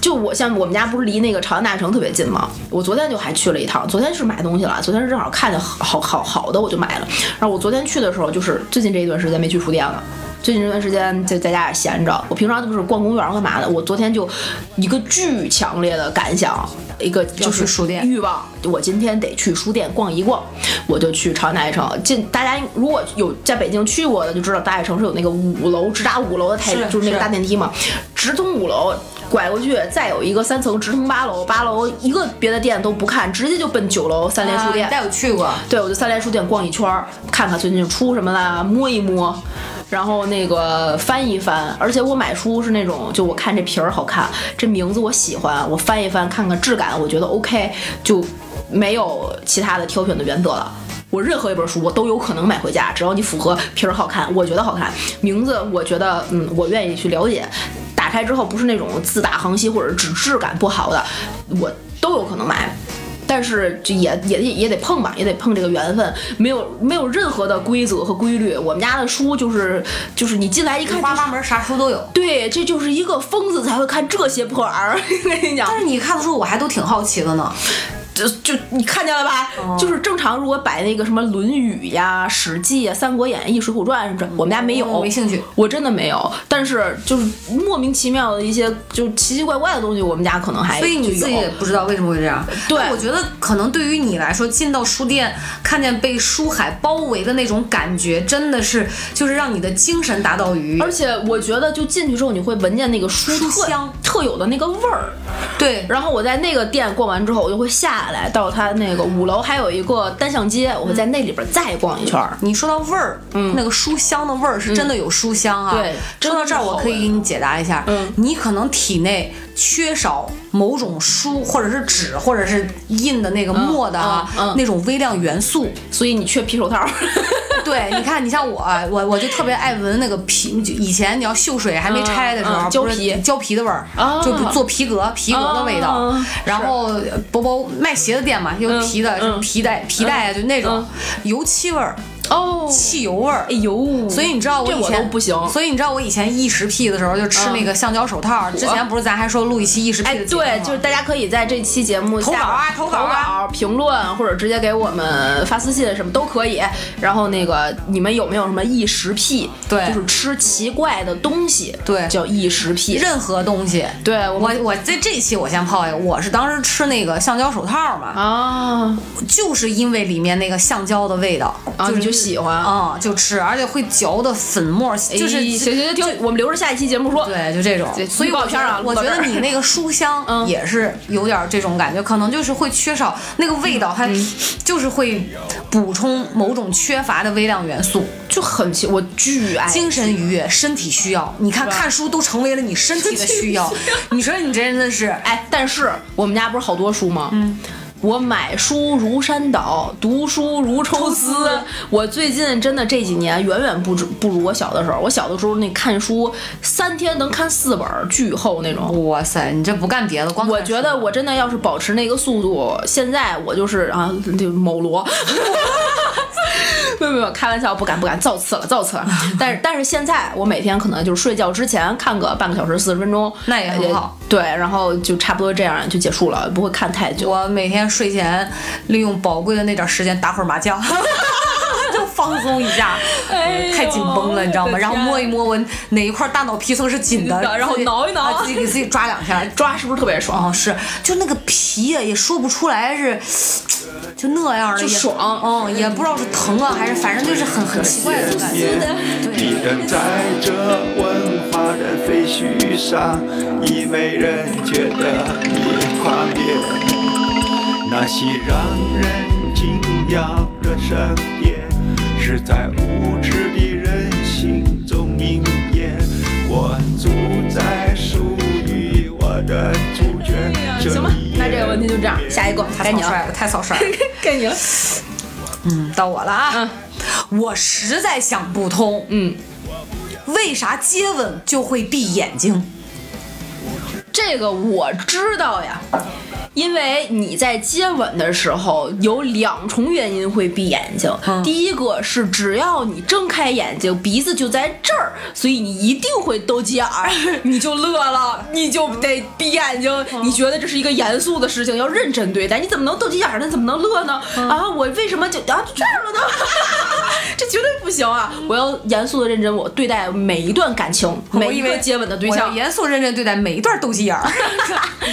A: 就我像我们家不是离那个朝阳大悦城特别近吗？我昨天就还去了一趟，昨天是买东西了，昨天是正好看见好好好好的我就买了。然后我昨天去的时候，就是最近这一段时间没去书店了。最近这段时间就在家也闲着，我平常都是逛公园干嘛的。我昨天就一个巨强烈的感想，一个就
B: 要
A: 是
B: 去书店
A: 欲望，我今天得去书店逛一逛，我就去朝阳大悦城。进大家如果有在北京去过的，就知道大悦城是有那个五楼直达五楼的台，
B: 是
A: 就是那个
B: 是
A: 大电梯嘛，直通五楼。拐过去，再有一个三层直通八楼，八楼一个别的店都不看，直接就奔九楼三联书店。
B: 啊带我去过。
A: 对，我就三联书店逛一圈儿，看看最近出什么啦，摸一摸，然后那个翻一翻。而且我买书是那种，就我看这皮儿好看，这名字我喜欢，我翻一翻看看质感，我觉得 OK，就没有其他的挑选的原则了。我任何一本书我都有可能买回家，只要你符合皮儿好看，我觉得好看，名字我觉得嗯，我愿意去了解。打开之后不是那种字大行稀或者纸质感不好的，我都有可能买。但是这也也也也得碰吧，也得碰这个缘分，没有没有任何的规则和规律。我们家的书就是就是你进来一看、就
B: 花
A: 是，
B: 八门啥书都有。
A: 对，这就是一个疯子才会看这些破玩意儿。 跟你讲
B: 但，是你看的时候，我还都挺好奇的呢。
A: 就就你看见了吧？
B: 哦
A: 就是正常，如果摆那个什么《论语》呀、《史记》呀、《三国演义》《水浒传》什么的，我们家没有，
B: 我嗯哦没兴趣，
A: 我真的没有。但是就是莫名其妙的一些就奇奇怪怪的东西，我们家可能还
B: 所以你
A: 哎就
B: 自己
A: 有
B: 也不知道为什么会这样。
A: 对
B: 但我觉得可能对于你来说，进到书店看见被书海包围的那种感觉，真的是就是让你的精神达到愉悦
A: 而。且我觉得，就进去之后你会闻见那个书
B: 书
A: 特
B: 香
A: 特有的那个味儿。
B: 对，
A: 然后我在那个店逛完之后，我就会下来到它那个五楼，还有一个单向街，我会在那里边再逛一圈儿。
B: 你说到味儿，那个书香的味儿是真的有书香啊。
A: 嗯对
B: 说到这
A: 真
B: 儿，
A: 的
B: 我
A: 好
B: 可以给你解答一下，
A: 嗯
B: 你可能体内缺少某种书或者是纸或者是印的那个墨的啊、
A: 嗯嗯
B: 那种微量元 素。
A: 所以你缺皮手 套，
B: 对，你看，你像我，我我就特别爱闻那个皮。就以前你要秀水还没拆的时候，
A: 嗯嗯胶
B: 不是
A: 皮
B: 胶皮的味儿，
A: 啊
B: 就做皮革皮革的味道。
A: 啊
B: 然后包包卖鞋的店嘛，有皮的、
A: 嗯
B: 什么皮带、皮带啊，就那种、油漆味儿、
A: 哦，
B: 汽油味儿
A: 哎。呦，
B: 所以你知道我
A: 这
B: 以
A: 我
B: 前
A: 都不行嗯
B: 所以你知道我以前异食癖的时候就吃那个橡胶手套。之前不是咱还说录一期异食癖
A: 哎，
B: 的节目吗？
A: 对，就是大家可以在这期节目下
B: 投稿啊
A: 投
B: 投稿啊
A: 稿评论或者直接给我们发私信，什么都可以。然后那个你们有没有什么异食癖？
B: 对
A: 就是吃奇怪的东西，
B: 对
A: 叫异食癖。
B: 任何东西。
A: 对，我
B: 我
A: 们
B: 我在这期我先抛一个，我是当时吃那个橡胶手套嘛，
A: 啊
B: 就是因为里面那个橡胶的味道，
A: 啊，
B: 就是
A: 你就喜欢。
B: 啊、就吃，而且会嚼的粉末，就是、
A: 哎行行行，就我们留着下一期节目说。
B: 对，就这种
A: 对。
B: 所以
A: 预告
B: 我觉
A: 片啊
B: 得，我觉
A: 预告
B: 得
A: 片
B: 你那个书香
A: 嗯
B: 也是有点这种感觉，可能就是会缺少那个味道，它
A: 嗯
B: 就是会补充某种缺乏的微量元素，
A: 就很奇，我巨爱。
B: 精神愉悦，身体需要。你看，看书都成为了你身体的需要，你说你真的是。
A: 哎，但是我们家不是好多书吗？嗯。我买书如山倒，读书如抽丝。我最近真的这几年远远不止不如我小的时候。我小的时候那看书，三天能看四本儿，巨厚那种。
B: 哇塞，你这不干别的，光
A: 我
B: 看
A: 觉
B: 书
A: 得我真的要是保持那个速度，现在我就是啊，这某罗。 没有没有，开玩笑，不敢不敢，造次了造次了。但是但是现在我每天可能就是睡觉之前看个半个小时四十分钟，
B: 那也很好
A: 呃。对，然后就差不多这样就结束了，不会看太久。
B: 我每天睡前利用宝贵的那点时间打会儿 麻将，就放松一下。
A: 哎呦
B: 太紧绷了，你知道
A: 我
B: 吗？
A: 的
B: 然后
A: 天啊
B: 摸一摸我哪一块大脑皮层是紧的
A: 紧，的然后
B: 自己
A: 挠一挠
B: 啊自己给自己抓两下。
A: 抓是不是特别爽？
B: 哦，是，就那个皮呀，也说不出来是，就那样的，
A: 就
B: 也
A: 爽
B: 嗯，也不知道是疼啊，还是反正就是很很奇怪的感觉。
D: 一人在这文化的废墟上，已没人觉得你狂野。那些让人惊讶的盛宴，是在无知的人心中应验。我住在属于我的主角。
A: 哎行吧，那这个问题就这样，下一个
B: 太
A: 该你
B: 草率
A: 了，
B: 了，太草率了。
A: 该你了。
B: 嗯，到我了啊。我实在想不通，
A: 嗯，
B: 为啥接吻就会闭眼睛？
A: 这个我知道呀，因为你在接吻的时候有两重原因会闭眼睛。
B: 嗯
A: 第一个是只要你睁开眼睛，鼻子就在这儿，所以你一定会都接 耳，你就乐了，你就得闭眼睛。
B: 嗯
A: 你觉得这是一个严肃的事情，要认真对待。你怎么能斗鸡眼呢？怎么能乐呢？
B: 嗯
A: 啊，我为什么就啊就这样了呢？ 这绝对不行啊！我要严肃的认真，我对待每一段感情，每一个接吻的对
B: 我
A: 象
B: 要。严肃认真对待每一段斗鸡眼儿。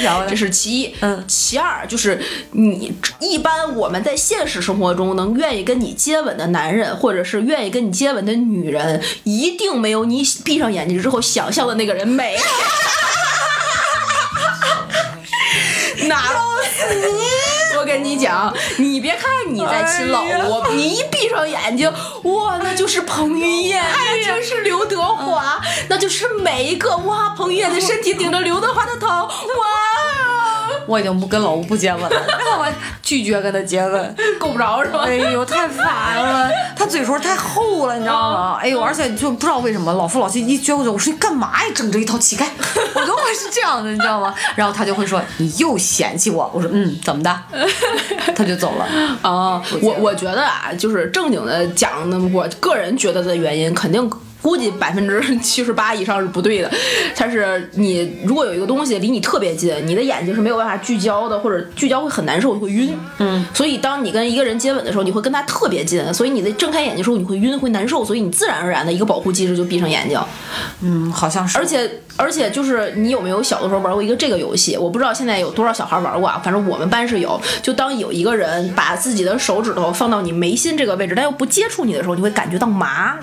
B: 然后呢
A: 这是其一，
B: 嗯
A: 其二就是你一般我们在现实生活中能愿意跟你接吻的男人，或者是愿意跟你接吻的女人，一定没有你闭上眼睛之后想象的那个人 美。哪我跟你讲，你别看你在亲老吴，你一闭上眼睛，哇，那就是彭于晏，那就是刘德华，那就是每一个哇，彭于晏的身体顶着刘德华的头，哇，
B: 我已经不跟老吴不 接吻了，我拒绝跟他接吻。
A: 够不着是吧
B: 哎？呦，太烦了！他嘴唇太厚了，你知道
A: 哦
B: 吗？哎呦，而且就不知道为什么老夫老妻一撅过去，我说你干嘛呀，整这一套 乞丐？我都会是这样的，你知道吗？然后他就会说你又嫌弃我，我说嗯，怎么的？ 他就走了。
A: 哦，我我觉得啊，就是正经的讲，那么我个人觉得的原因，肯定估计百分之七十八以上是不对的。但是你如果有一个东西离你特别近，你的眼睛是没有办法聚焦的，或者聚焦会很难受，会晕。嗯，所以当你跟一个人接吻的时候，你会跟他特别近，所以你的睁开眼睛的时候你会晕，会难受，所以你自然而然的一个保护机制就闭上眼睛。
B: 嗯，好像是。
A: 而且而且就是你有没有小的时候玩过一个这个游戏？我不知道现在有多少小孩玩过啊，反正我们班是有。就当有一个人把自己的手指头放到你眉心这个位置，但又不接触你的时候，你会感觉到麻。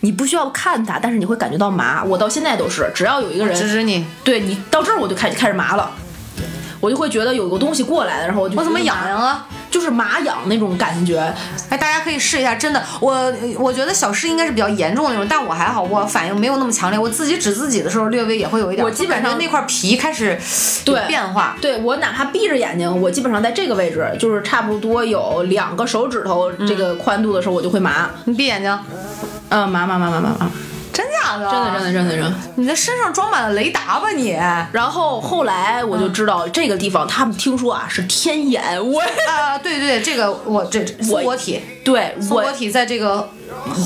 A: 你不需要看他，但是你会感觉到麻。我到现在都是，只要有一个人
B: 指指你，
A: 对你到这儿，我就开始开始麻了。我就会觉得有个东西过来了，然后我就
B: 我怎么
A: 觉得麻
B: 痒痒啊？
A: 就是麻痒那种感觉，
B: 哎，大家可以试一下，真的，我我觉得小诗应该是比较严重的那种，但我还好，我反应没有那么强烈。我自己指自己的时候，略微也会有一点，
A: 我基本上
B: 就感觉那块皮开始有
A: 对
B: 变化。
A: 对我哪怕闭着眼睛，我基本上在这个位置，就是差不多有两个手指头
B: 嗯
A: 这个宽度的时候，我就会麻，
B: 你闭眼睛，
A: 嗯，麻麻麻麻麻麻，
B: 真假的？啊
A: 真的真的。真的真的。
B: 你的身上装满了雷达吧你？啊、
A: 然后后来我就知道这个地方，他们听说啊是天眼，我
B: 对对对，这个我这
A: 我
B: 松果体，
A: 对
B: 松
A: 我
B: 果体在这个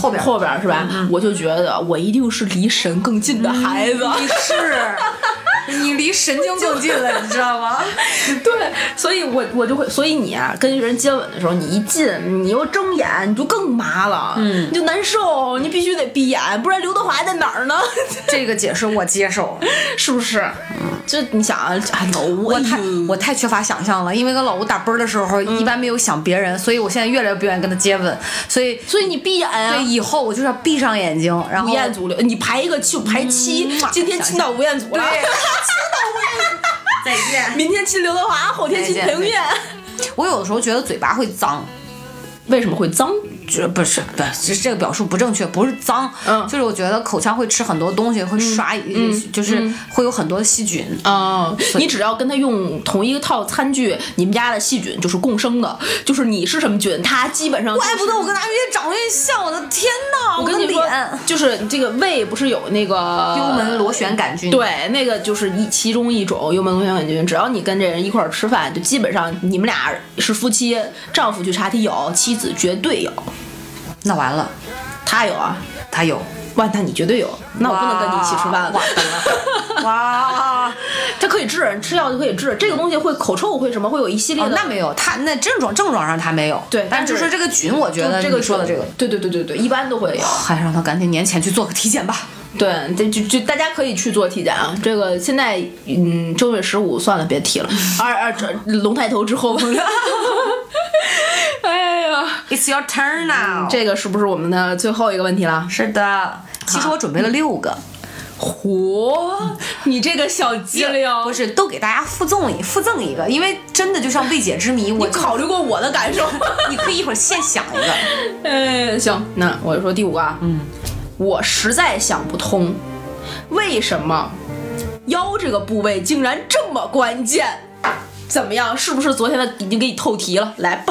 B: 后边。
A: 后边儿是吧？我就觉得我一定是离神更近的孩子，
B: 你是，你离神经更近了，你知道吗？
A: 对，所以我我就会，所以你啊，跟人接吻的时候，你一近，你又睁眼，你就更麻了，嗯，你就难受，你必须得闭眼，不然刘德华在哪儿呢？
B: 这个解释我接受。
A: 是不是？就你想啊，哎老吴，
B: 我
A: 哎呦
B: 太我太缺乏想象了，因为跟老吴打啵儿的时候，
A: 嗯
B: 一般没有想别人，所以我现在越来越不愿意跟他接吻，所以
A: 所以你闭眼啊
B: 对，以后我就是要闭上眼睛，然
A: 吴
B: 后
A: 彦祖流，你排一个就排七，
B: 嗯
A: 今天亲到吴彦祖了，
B: 再见。
A: 明天亲刘德华，啊后天亲
B: 再
A: 彭
B: 见
A: 于晏。
B: 我有的时候觉得嘴巴会脏，
A: 为什么会脏？
B: 这不是不是这个表述不正确，不是脏，
A: 嗯
B: 就是我觉得口腔会吃很多东西，会刷，就是
A: 嗯
B: 会有很多细菌。
A: 哦，你只要跟他用同一套餐具，你们家的细菌就是共生的，就是你是什么菌，它基本上、
B: 怪不得我跟他越长得越像，我的天呐，
A: 我
B: 的
A: 跟你说呃
B: 脸，
A: 就是这个胃不是有那个
B: 幽门螺旋杆菌，，
A: 对，那个就是一其中一种幽门螺旋杆菌。只要你跟这人一块儿吃饭，就基本上你们俩是夫妻，丈夫去查体有，妻子绝对有。
B: 那完了，
A: 他有啊，
B: 他有。
A: 哇，那你绝对有，那我不能跟你一起吃饭了
B: 哇。完 了，哇！
A: 他可以治，吃药就可以治。这个东西会口臭，会什么，会有一系列
B: 哦
A: 的。，
B: 那没有，他那症状症状上他没有，
A: 对
B: 但
A: 但
B: 就是是这个菌，我觉得
A: 就这个
B: 你说的这个，，
A: 对对对对对，一般都会有。
B: 还是让他赶紧年前去做个体检吧。
A: 对，这就就大家可以去做体检啊。这个现在，嗯，正月十五算了，别提 了。二二这龙抬头之后吧。 哎呀，
B: It's your turn now。
A: 这个是不是我们的最后一个问题了？
B: 是的，其实我准备了六个，
A: 嚯，你这个小机灵，
B: 不是都给大家附赠一附赠一个，因为真的就像未解之谜，我
A: 你考虑过我的感受吗？
B: 你可以一会儿现想一个，
A: 嗯，行，那我就说第五个啊，嗯，我实在想不通，为什么腰这个部位竟然这么关键？怎么样，是不是昨天的已经给你透题了？来吧，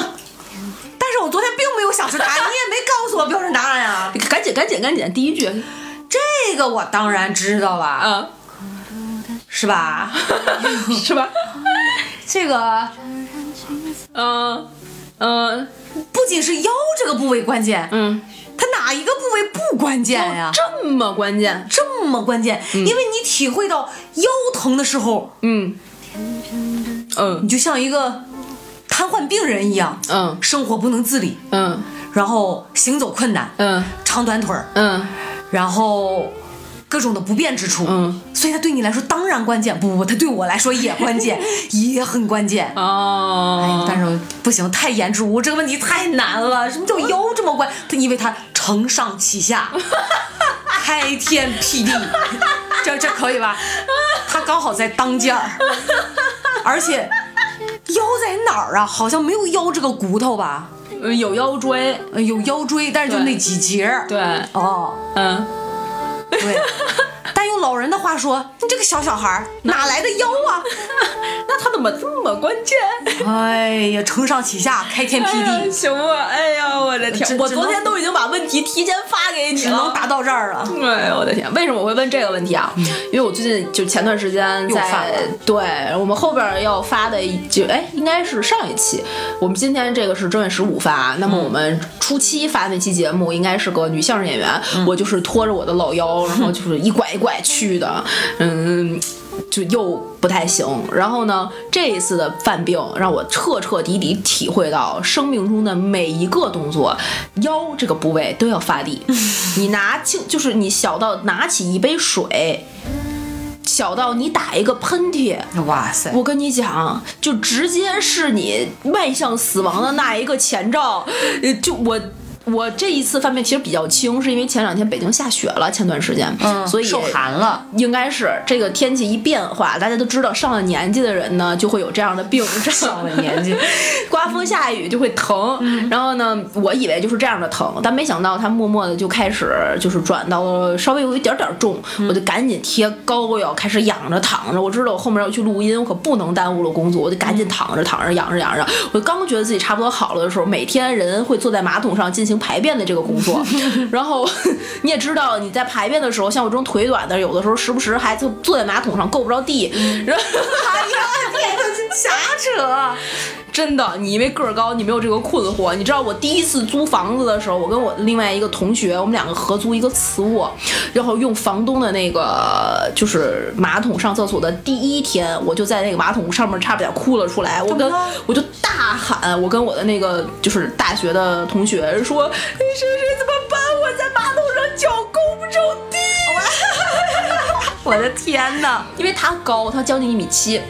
B: 但是我昨天并没有想出答案，你也没告诉我标准答案呀。
A: 赶紧赶紧赶紧，第一句，
B: 啊这个我当然知道 了，
A: 啊，
B: 是吧？
A: 是吧？
B: 这个
A: 嗯嗯
B: 不仅是腰这个部位关键，
A: 嗯，哦
B: 它哪一个部位不关
A: 哎
B: 键呀？
A: 这嗯么关键，
B: 这么关键，因为你体会到腰疼的时候，
A: 嗯嗯
B: 你就像一个瘫痪病人一样，
A: 嗯
B: 生活不能自理，
A: 嗯
B: 然后行走困难，
A: 嗯
B: 长短腿儿，
A: 嗯，
B: 然后各种的不便之处，
A: 嗯，
B: 所以它对你来说当然关键，不不不，它对我来说也关 键，也很关键。
A: 嗯
B: 哎呦
A: 哦，
B: 但是不行，太言之无物，这个问题太难了。什么叫腰这么关？它因为它承上启下， 开天辟地，这这可以吧？它刚好在当间儿，而且腰在哪儿啊？好像没有腰这个骨头吧？
A: 呃有腰椎，
B: 呃有腰椎，但是就
A: 对
B: 那几节儿。
A: 对，
B: 哦，
A: 嗯。
B: 对，但又老人的话说，你这个小小孩 儿哪来的腰啊？
A: 那他怎么这么关键？
B: 哎呀，承上启下，开天 辟
A: 哎呀
B: 地，
A: 行吧，哎呀，我的
B: 只
A: 天，我
B: 只
A: 昨
B: 能
A: 天都已经把问题提前发给你
B: 只能
A: 了。
B: 达到这儿了。
A: 哎呦我的天！为什么我会问这个问题啊？因为我最近就前段时间
B: 又犯
A: 在
B: 了
A: 对我们后边要发的一就哎，应该是上一期，我们今天这个是正月十五发，那么
B: 嗯
A: 我们初期发那期节目应该是个女相声演员，
B: 嗯
A: 我就是拖着我的老腰，然后就是一拐一拐去 的，嗯。就又不太行，然后呢，这一次的犯病让我彻彻底底体会到生命中的每一个动作，腰这个部位都要发 力。你拿轻，就是你小到拿起一杯水，小到你打一个喷嚏，
B: 哇塞！
A: 我跟你讲，就直接是你迈向死亡的那一个前兆。呃，就我。我这一次犯病其实比较轻，是因为前两天北京下雪了，前段时间，
B: 嗯
A: 所以
B: 受寒了，
A: 应该是这个天气一变化，大家都知道上了年纪的人呢就会有这样的病症。上了年纪， 刮风下雨就会疼。然后呢，我以为就是这样的疼，但没想到它默默的就开始就是转到了稍微有一点点重，我就赶紧贴膏药，开始仰着躺着。我知道我后面要去录音，我可不能耽误了工作，我就赶紧躺着躺着仰着仰着。我刚觉得自己差不多好了的时候，每天人会坐在马桶上进行排便的这个工作，然后 你也知道你在排便的时候，像我这种腿短的，有的时候时不时还就坐在马桶上够不着地，然后 哎呀，
B: 瞎扯！
A: 真的，你因为个儿高，你没有这个困惑。你知道我第一次租房子的时候，我跟我另外一个同学，我们两个合租一个次卧，然后用房东的那个就是马桶上厕所的第一天，我就在那个马桶上面差点哭了出来。我
B: 怎
A: 跟
B: 么了
A: 我就大喊，我跟我的那个就是大学的同学说：“哎谁谁怎么办？我在马桶上脚够不着地。”
B: 我的天哪！
A: 因为他高，他将近一米七，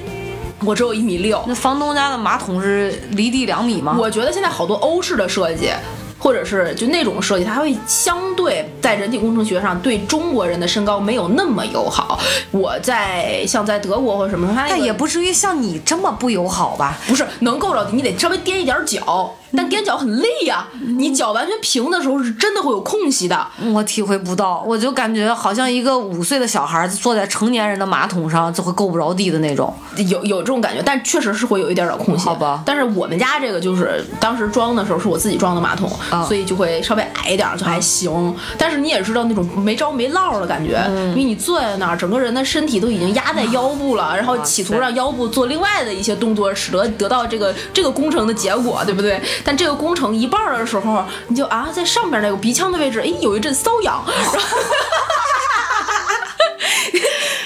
A: 我只有一米六。
B: 那房东家的马桶是离地两米吗？
A: 我觉得现在好多欧式的设计，或者是就那种设计，它会相对在人体工程学上对中国人的身高没有那么友好。我在像在德国或者什么，它那
B: 但
A: 个
B: 也不至于像你这么不友好吧？
A: 不是嗯能够着地，你得稍微踮一点儿脚，但踮脚很累呀、你脚完全平的时候是真的会有空隙的。
B: 我体会不到，我就感觉好像一个五岁的小孩坐在成年人的马桶上，就会够不着地的那种。
A: 有有这种感觉，但确实是会有一点点空隙。
B: 好吧
A: 但是我们家这个就是当时装的时候是我自己装的马桶，
B: 啊
A: 所以就会稍微矮一点儿，就
B: 嗯
A: 还行。但是你也知道那种没着没落的感觉，
B: 嗯
A: 因为你坐在那儿，整个人的身体都已经压在腰部了，然后企图
B: 哇塞
A: 让腰部做另外的一些动作，使得得到这个这个工程的结果，对不对？但这个工程一半儿的时候，你就啊，在上面那个鼻腔的位置，哎，有一阵瘙痒， 然后。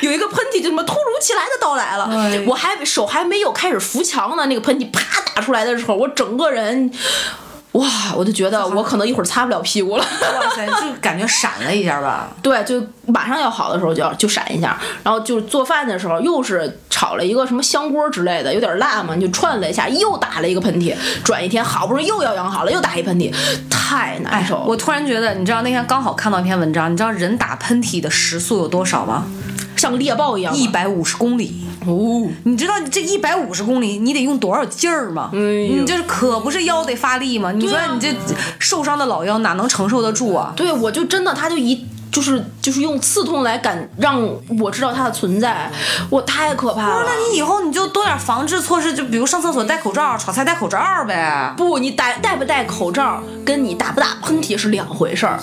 A: 有一个喷嚏就这么突如其来的到来了，
B: 哎
A: 我还手还没有开始扶墙呢，那个喷嚏啪打出来的时候，我整个人，哇，我就觉得我可能一会儿擦不了屁股 了。
B: 哇塞，就感觉闪了一下吧。
A: 对，就马上要好的时候就要就闪一下，然后就做饭的时候又是炒了一个什么香锅之类的，有点辣嘛，你就串了一下，又打了一个喷嚏。转一天好不容易又要养好了，又打一喷嚏，太难
B: 哎
A: 受，了。
B: 我突然觉得，你知道那天刚好看到一篇文章，你知道人打喷嚏的时速有多少吗？
A: 像猎豹一样嘛，
B: 一百五十公里。
A: 哦，
B: 你知道你这一百五十公里，你得用多少劲儿吗？
A: 呦
B: 你这可不是腰得发力吗？你说
A: 对啊
B: 你这受伤的老腰哪能承受得住啊？
A: 对，我就真的，他就一就是就是用刺痛来感让我知道他的存在，我太可怕了
B: 那。你以后你就多点防治措施，就比如上厕所戴口罩，炒菜戴口罩呗。
A: 不，你戴戴不戴口罩，跟你打不打喷嚏是两回事儿。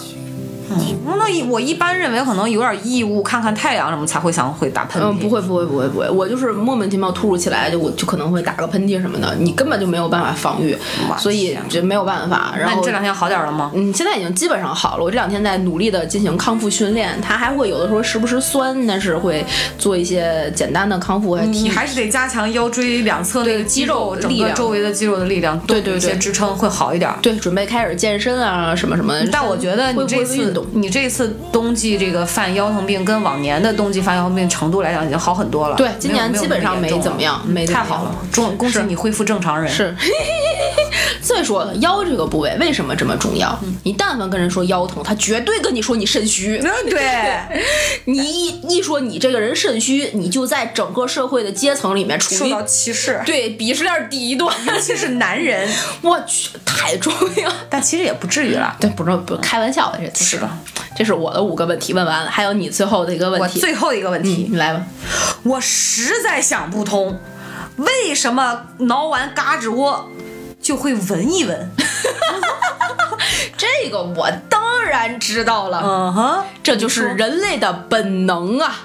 B: 那一我一般认为可能有点异物，看看太阳什么才会想会打喷嚏。
A: 嗯，不会，不会，不会，不会，我就是莫名其妙突如其来，就我就可能会打个喷嚏什么的，你根本就没有办法防御，
B: 哇
A: 所以
B: 天
A: 就没有办法。然
B: 那
A: 后
B: 你这两天好点了吗？
A: 嗯，现在已经基本上好了。我这两天在努力的进行康复训练，它还会有的时候时不时酸，但是会做一些简单的康复，还
B: 你
A: 挺
B: 还是得加强腰椎两侧那个肌
A: 嗯
B: 肉，
A: 对
B: 整
A: 力
B: 个
A: 量
B: 周围的肌肉的力量，
A: 对对
B: 多一些
A: 对
B: 支撑会好一点。
A: 对，准备开始健身啊，什么什么。
B: 但我觉得
A: 会
B: 你
A: 不
B: 这
A: 会运
B: 次
A: 动
B: 你这次冬季这个犯腰疼病跟往年的冬季犯腰疼病程度来讲已经好很多了。
A: 对
B: 没有
A: 今年基本上
B: 没有
A: 没
B: 那么严重
A: 怎么样
B: 了嗯
A: 没怎么
B: 太
A: 样
B: 好了，恭恭喜
A: 是
B: 你恢复正常人。
A: 是， 所以说腰这个部位为什么这么重要？你但凡跟人说腰疼，他绝对跟你说你肾虚。
B: 嗯，对。
A: 你一一说你这个人肾虚，你就在整个社会的阶层里面处
B: 受
A: 于
B: 到歧视，
A: 对鄙视链第一段。
B: 尤其是男人，
A: 我去，太重要。
B: 但其实也不至于啦。
A: 对，不是不开玩笑的，这都
B: 是的，
A: 这是我的五个问题问完了，还有你最后的一个问
B: 我
A: 题，
B: 最后一个问
A: 嗯
B: 题，，
A: 你来吧。
B: 我实在想不通，为什么挠完嘎吱窝就会闻一闻？
A: 这个我当然知道了，
B: 嗯哼，
A: 这就是人类的本能啊！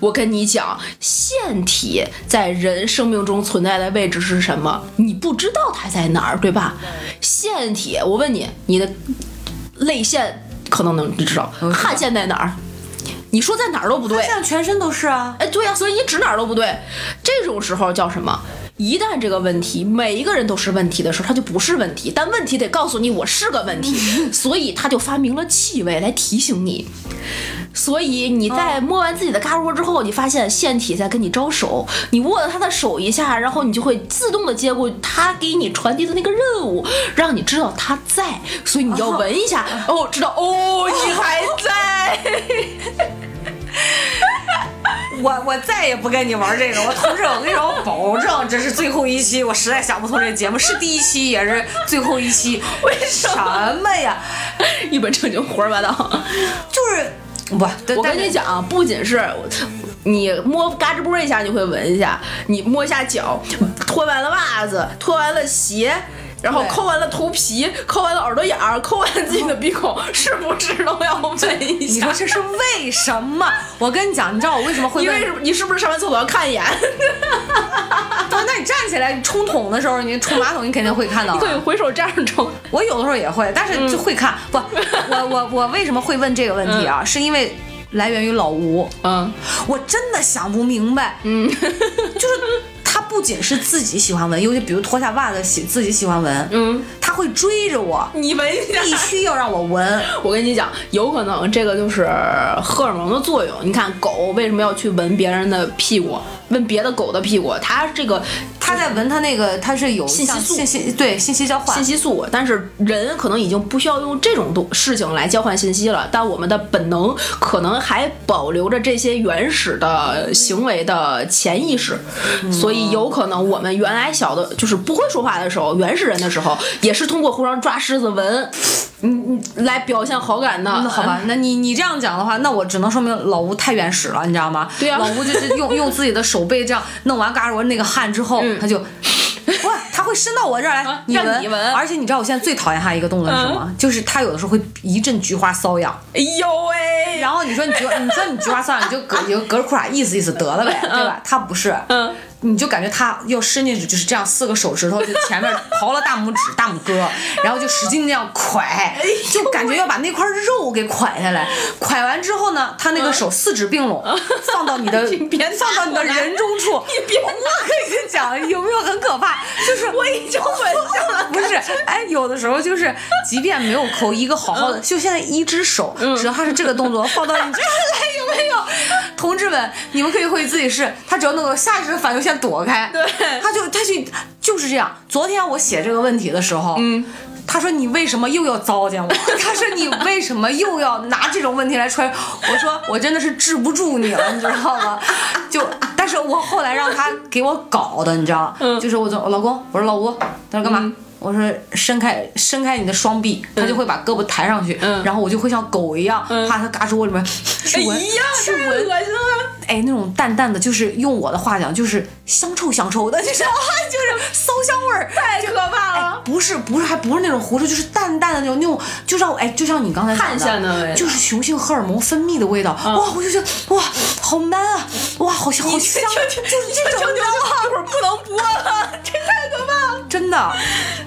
A: 我跟你讲，腺体在人生命中存在的位置是什么？你不知道它在哪儿，对吧？腺体，我问你，你的泪腺可能能你知道，汗腺在哪儿？你说在哪儿都不对
B: 这。样全身都是啊。
A: 哎，对呀、所以你指哪儿都不对。这种时候叫什么？一旦这个问题每一个人都是问题的时候，它就不是问题。但问题得告诉你我是个问题，所以他就发明了气味来提醒你。所以你在摸完自己的嘎窝之后，你发现腺体在跟你招手，你握了他的手一下，然后你就会自动的接过他给你传递的那个任务，让你知道他在，所以你要闻一下，哦，知道哦，你还在。
B: 我我再也不跟你玩这个，我同志，我跟你说，我保证这是最后一期，我实在想不通这节目是第一期也是最后一期，为什么呀？
A: 一本正经胡说八道。
B: 就是不，
A: 我跟
B: 但
A: 你
B: 是
A: 讲啊，不仅是你摸嘎吱啵一下，你会闻一下；你摸一下脚，脱完了袜子，脱完了鞋。然后
B: 对
A: 抠完了头皮，抠完了耳朵眼儿，抠完自己的鼻
B: 哦
A: 孔，是不是都要闻一
B: 你
A: 下？
B: 说这是为什么？我跟你讲， 你知道我为什么 会
A: 你
B: 问
A: 为什么？你是不是上完厕所要看一眼？
B: 对，那你站起来，你冲桶的时候，你冲马桶，你肯定 会嗯看到
A: 你。可以回手这样冲。
B: 我有的时候也会，但是就会看。不，我我我为什么会问这个问题啊？是因为来源于老吴，
A: 嗯，
B: 我真的想不明白。嗯， 就是他不仅是自己喜欢闻，尤其比如脱下袜子喜自己喜欢闻，嗯，他会追着我，
A: 你闻一下。
B: 必须要让 我闻。
A: 我跟你讲，有可能这个就是荷尔蒙的作用。你看，狗为什么要去闻别人的屁股，闻别的狗的屁股？它这个
B: 他在闻他那个，他是有
A: 信息
B: 像
A: 素
B: 信息对信息交换
A: 信。息素，但是人可能已经不需要用这种东事情来交换信息了，但我们的本能可能还保留着这些原始的行为的潜意识，
B: 嗯
A: 所以有可能我们原来小的就是不会说话的时候，原始人的时候也是通过互相抓狮子闻，嗯嗯，来表现好感的。
B: 嗯那好吧，那你你这样讲的话，那我只能说明老吴太原始了，你知道吗？
A: 对啊
B: 老吴就是 用用自己的手背这样弄完嘎吱窝那个汗之后，他就。哇，他会伸到我这儿来
A: 嗯啊，
B: 你
A: 让
B: 闻，
A: 你闻嗯
B: 而且你知道我现在最讨厌他一个动作是什么？就是他有的时候会一阵菊花瘙痒，
A: 哎呦喂，
B: 然后你说你菊，你说你菊花瘙痒，你就隔你就隔着裤衩意思意思得了呗，对吧？他不是，
A: 嗯
B: 你就感觉他要伸进去就是这样，四个手指头就前面刨了大拇指、大拇 哥，然后就使劲那样蒯，
A: 哎
B: 就感觉要把那块肉给蒯下来。蒯完之后呢，他那个手四指并拢，放到你的
A: 嗯 你别
B: 放到你的
A: 拿我来
B: 人中 处。
A: 你别
B: 我跟你讲，有没有很可怕？就是 我已经闻上了， 不是？哎，有的时候就是，即便没有抠，一个好好的，就现在一只手，只要他是这个动作放到 你这儿来，嗯哎有没有？同志们，你们可以回去自己试，他只要能够下意识的反应先躲开，对，他就他就就是这样。昨天我写这个问题的时候，嗯。他说：“你为什么又要糟践我？” 他说：“你为什么又要拿这种问题来揣？”我说：“我真的是治不住你了，你知道吗？”就，但是我后来让他给我搞的，你知道，
A: 嗯
B: 就是我总我老公，我说老吴，他说干嘛？我说伸开伸开你的双臂，他就会把胳膊抬上去，
A: 嗯
B: 然后我就会像狗一样，怕他嘎吱窝里面去闻，
A: 哎呀，
B: 去
A: 太恶
B: 闻
A: 心了。
B: 哎，那种淡淡的，就是用我的话讲，就是香臭香臭的，你 知道吗？就是馊香味儿，太
A: 可怕了
B: 不是不是，还不是那种狐臭，就是淡淡的那种那种，就让我哎，就像你刚才讲
A: 汗腺的味道嗯
B: 就是雄性荷尔蒙分泌的味道。哇，我就觉得哇，好 man 啊，哇，好香，好香，啊就是这种，你知道吗？
A: 这会儿不能播了， 这太可怕了！
B: 真的，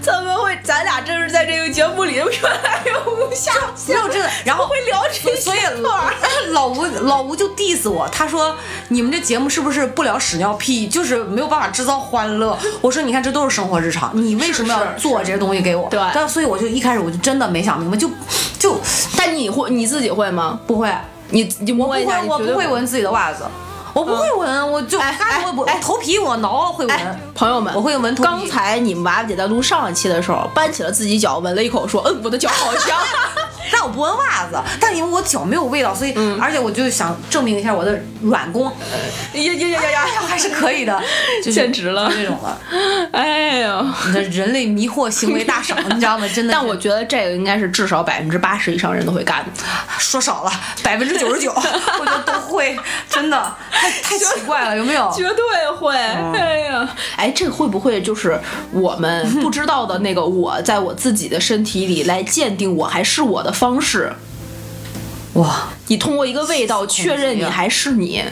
A: 怎么会？ 咱俩真是在这个节目里越来越无下限
B: 没有这个，然后
A: 会聊这
B: 所以
A: 些段
B: 老
A: 儿
B: 老 吴老吴就 diss 我，他说你们这节目是不是不聊屎尿屁，就是没有办法制造欢乐？我说你看这都是生活日常，你为什么要
A: 是
B: 做这些东西给我？
A: 对
B: 但所以我就一开始我就真的没想明白，就就
A: 但你会你自己会哎吗？
B: 不会，
A: 你你摸
B: 不
A: 一下，
B: 会，
A: 你
B: 我
A: 绝对
B: 不会。闻自己的袜子，我不会闻，我就
A: 哎哎
B: 我也不我
A: 哎
B: 头皮我挠啊了会闻，
A: 哎，朋友们，
B: 我会闻头皮
A: 刚 才你们娃娃姐在录上一期的时候，搬起了自己脚，闻了一口，说：“嗯，我的脚好香。”
B: 但我不闻袜子，但因为我脚没有味道，所以、而且我就想证明一下我的软功，
A: 嗯呀呀呀呀呀！
B: 哎呀还是可以的，就是
A: 简直了
B: 就这种了。
A: 哎 呦，
B: 你的人类迷惑行为 大赏，你知道吗？真的是。
A: 但我觉得这个应该是至少百分之八十以上人都会干的。
B: 说少了，百分之九 十九，我觉得都会，真的太太奇怪了，有没有？
A: 绝对会。哎呀，哎，这会不会就是我们不知道的那个我在我自己的身体里来鉴定我还是我的方式？
B: 哇，
A: 你通过一个味道确认你还是你。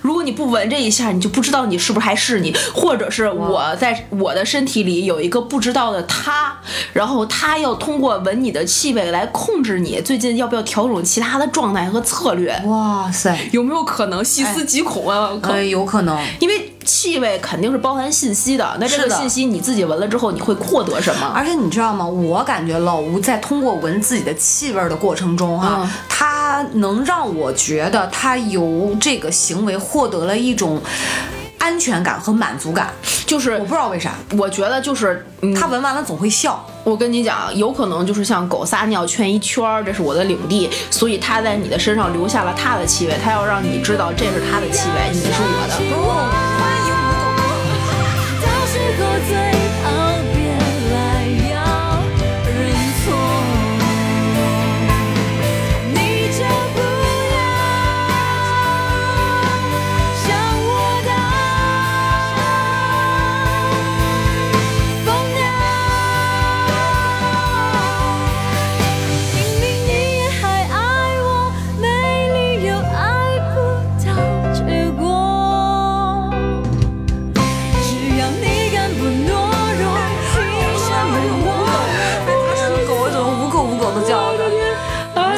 A: 如果你不闻这一下，你就不知道你是不是还是你，或者是我在我的身体里有一个不知道的他，然后他要通过闻你的气味来控制你最近要不要调整其他的状态和策略，
B: 哇塞，
A: 有没有可能细思极恐啊？可
B: 呃，有可能，
A: 因为气味肯定是包含信息的，那这
B: 是
A: 个
B: 的
A: 信息你自己闻了之后，你会获得什么？
B: 而且你知道吗？我感觉老吴在通过闻自己的气味儿的过程中、哈
A: 嗯，
B: 他能让我觉得他由这个行为获得了一种安全感和满足感。
A: 就是
B: 我不知道为啥，
A: 我觉得就是，嗯，
B: 他闻完了总会笑。
A: 我跟你讲，有可能就是像狗撒尿圈一圈儿，这是我的领地，所以它在你的身上留下了它的气味，它要让你知道这是它的气味，你是我的。
B: 欢迎吴总。
C: 到时候最好别来要认错，你就不要像我的疯掉。明明你也还爱我，没理由爱不到结果。只要你敢不懦弱，凭什么我？
B: 他是狗，我怎么无狗无狗的叫着？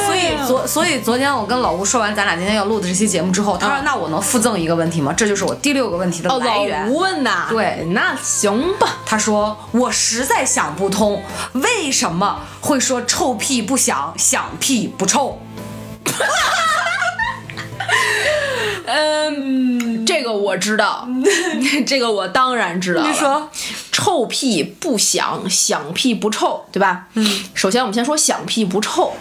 B: 所以昨所以昨天我跟老吴说完咱俩今天要录的这期节目之后，他说那我能附赠一个问题吗？这就是我第六个问题的
A: 哦，
B: 来
A: 老
B: 源。
A: 吴问呐，
B: 对，
A: 那行吧，
B: 他说我实在想不通，为什么会说臭屁不响，响屁不臭？
A: 嗯，这个我知 道，这个我当然知道了。
B: 你说
A: 臭屁不响，响屁不臭，对吧？嗯。首先，我们先说响屁不臭。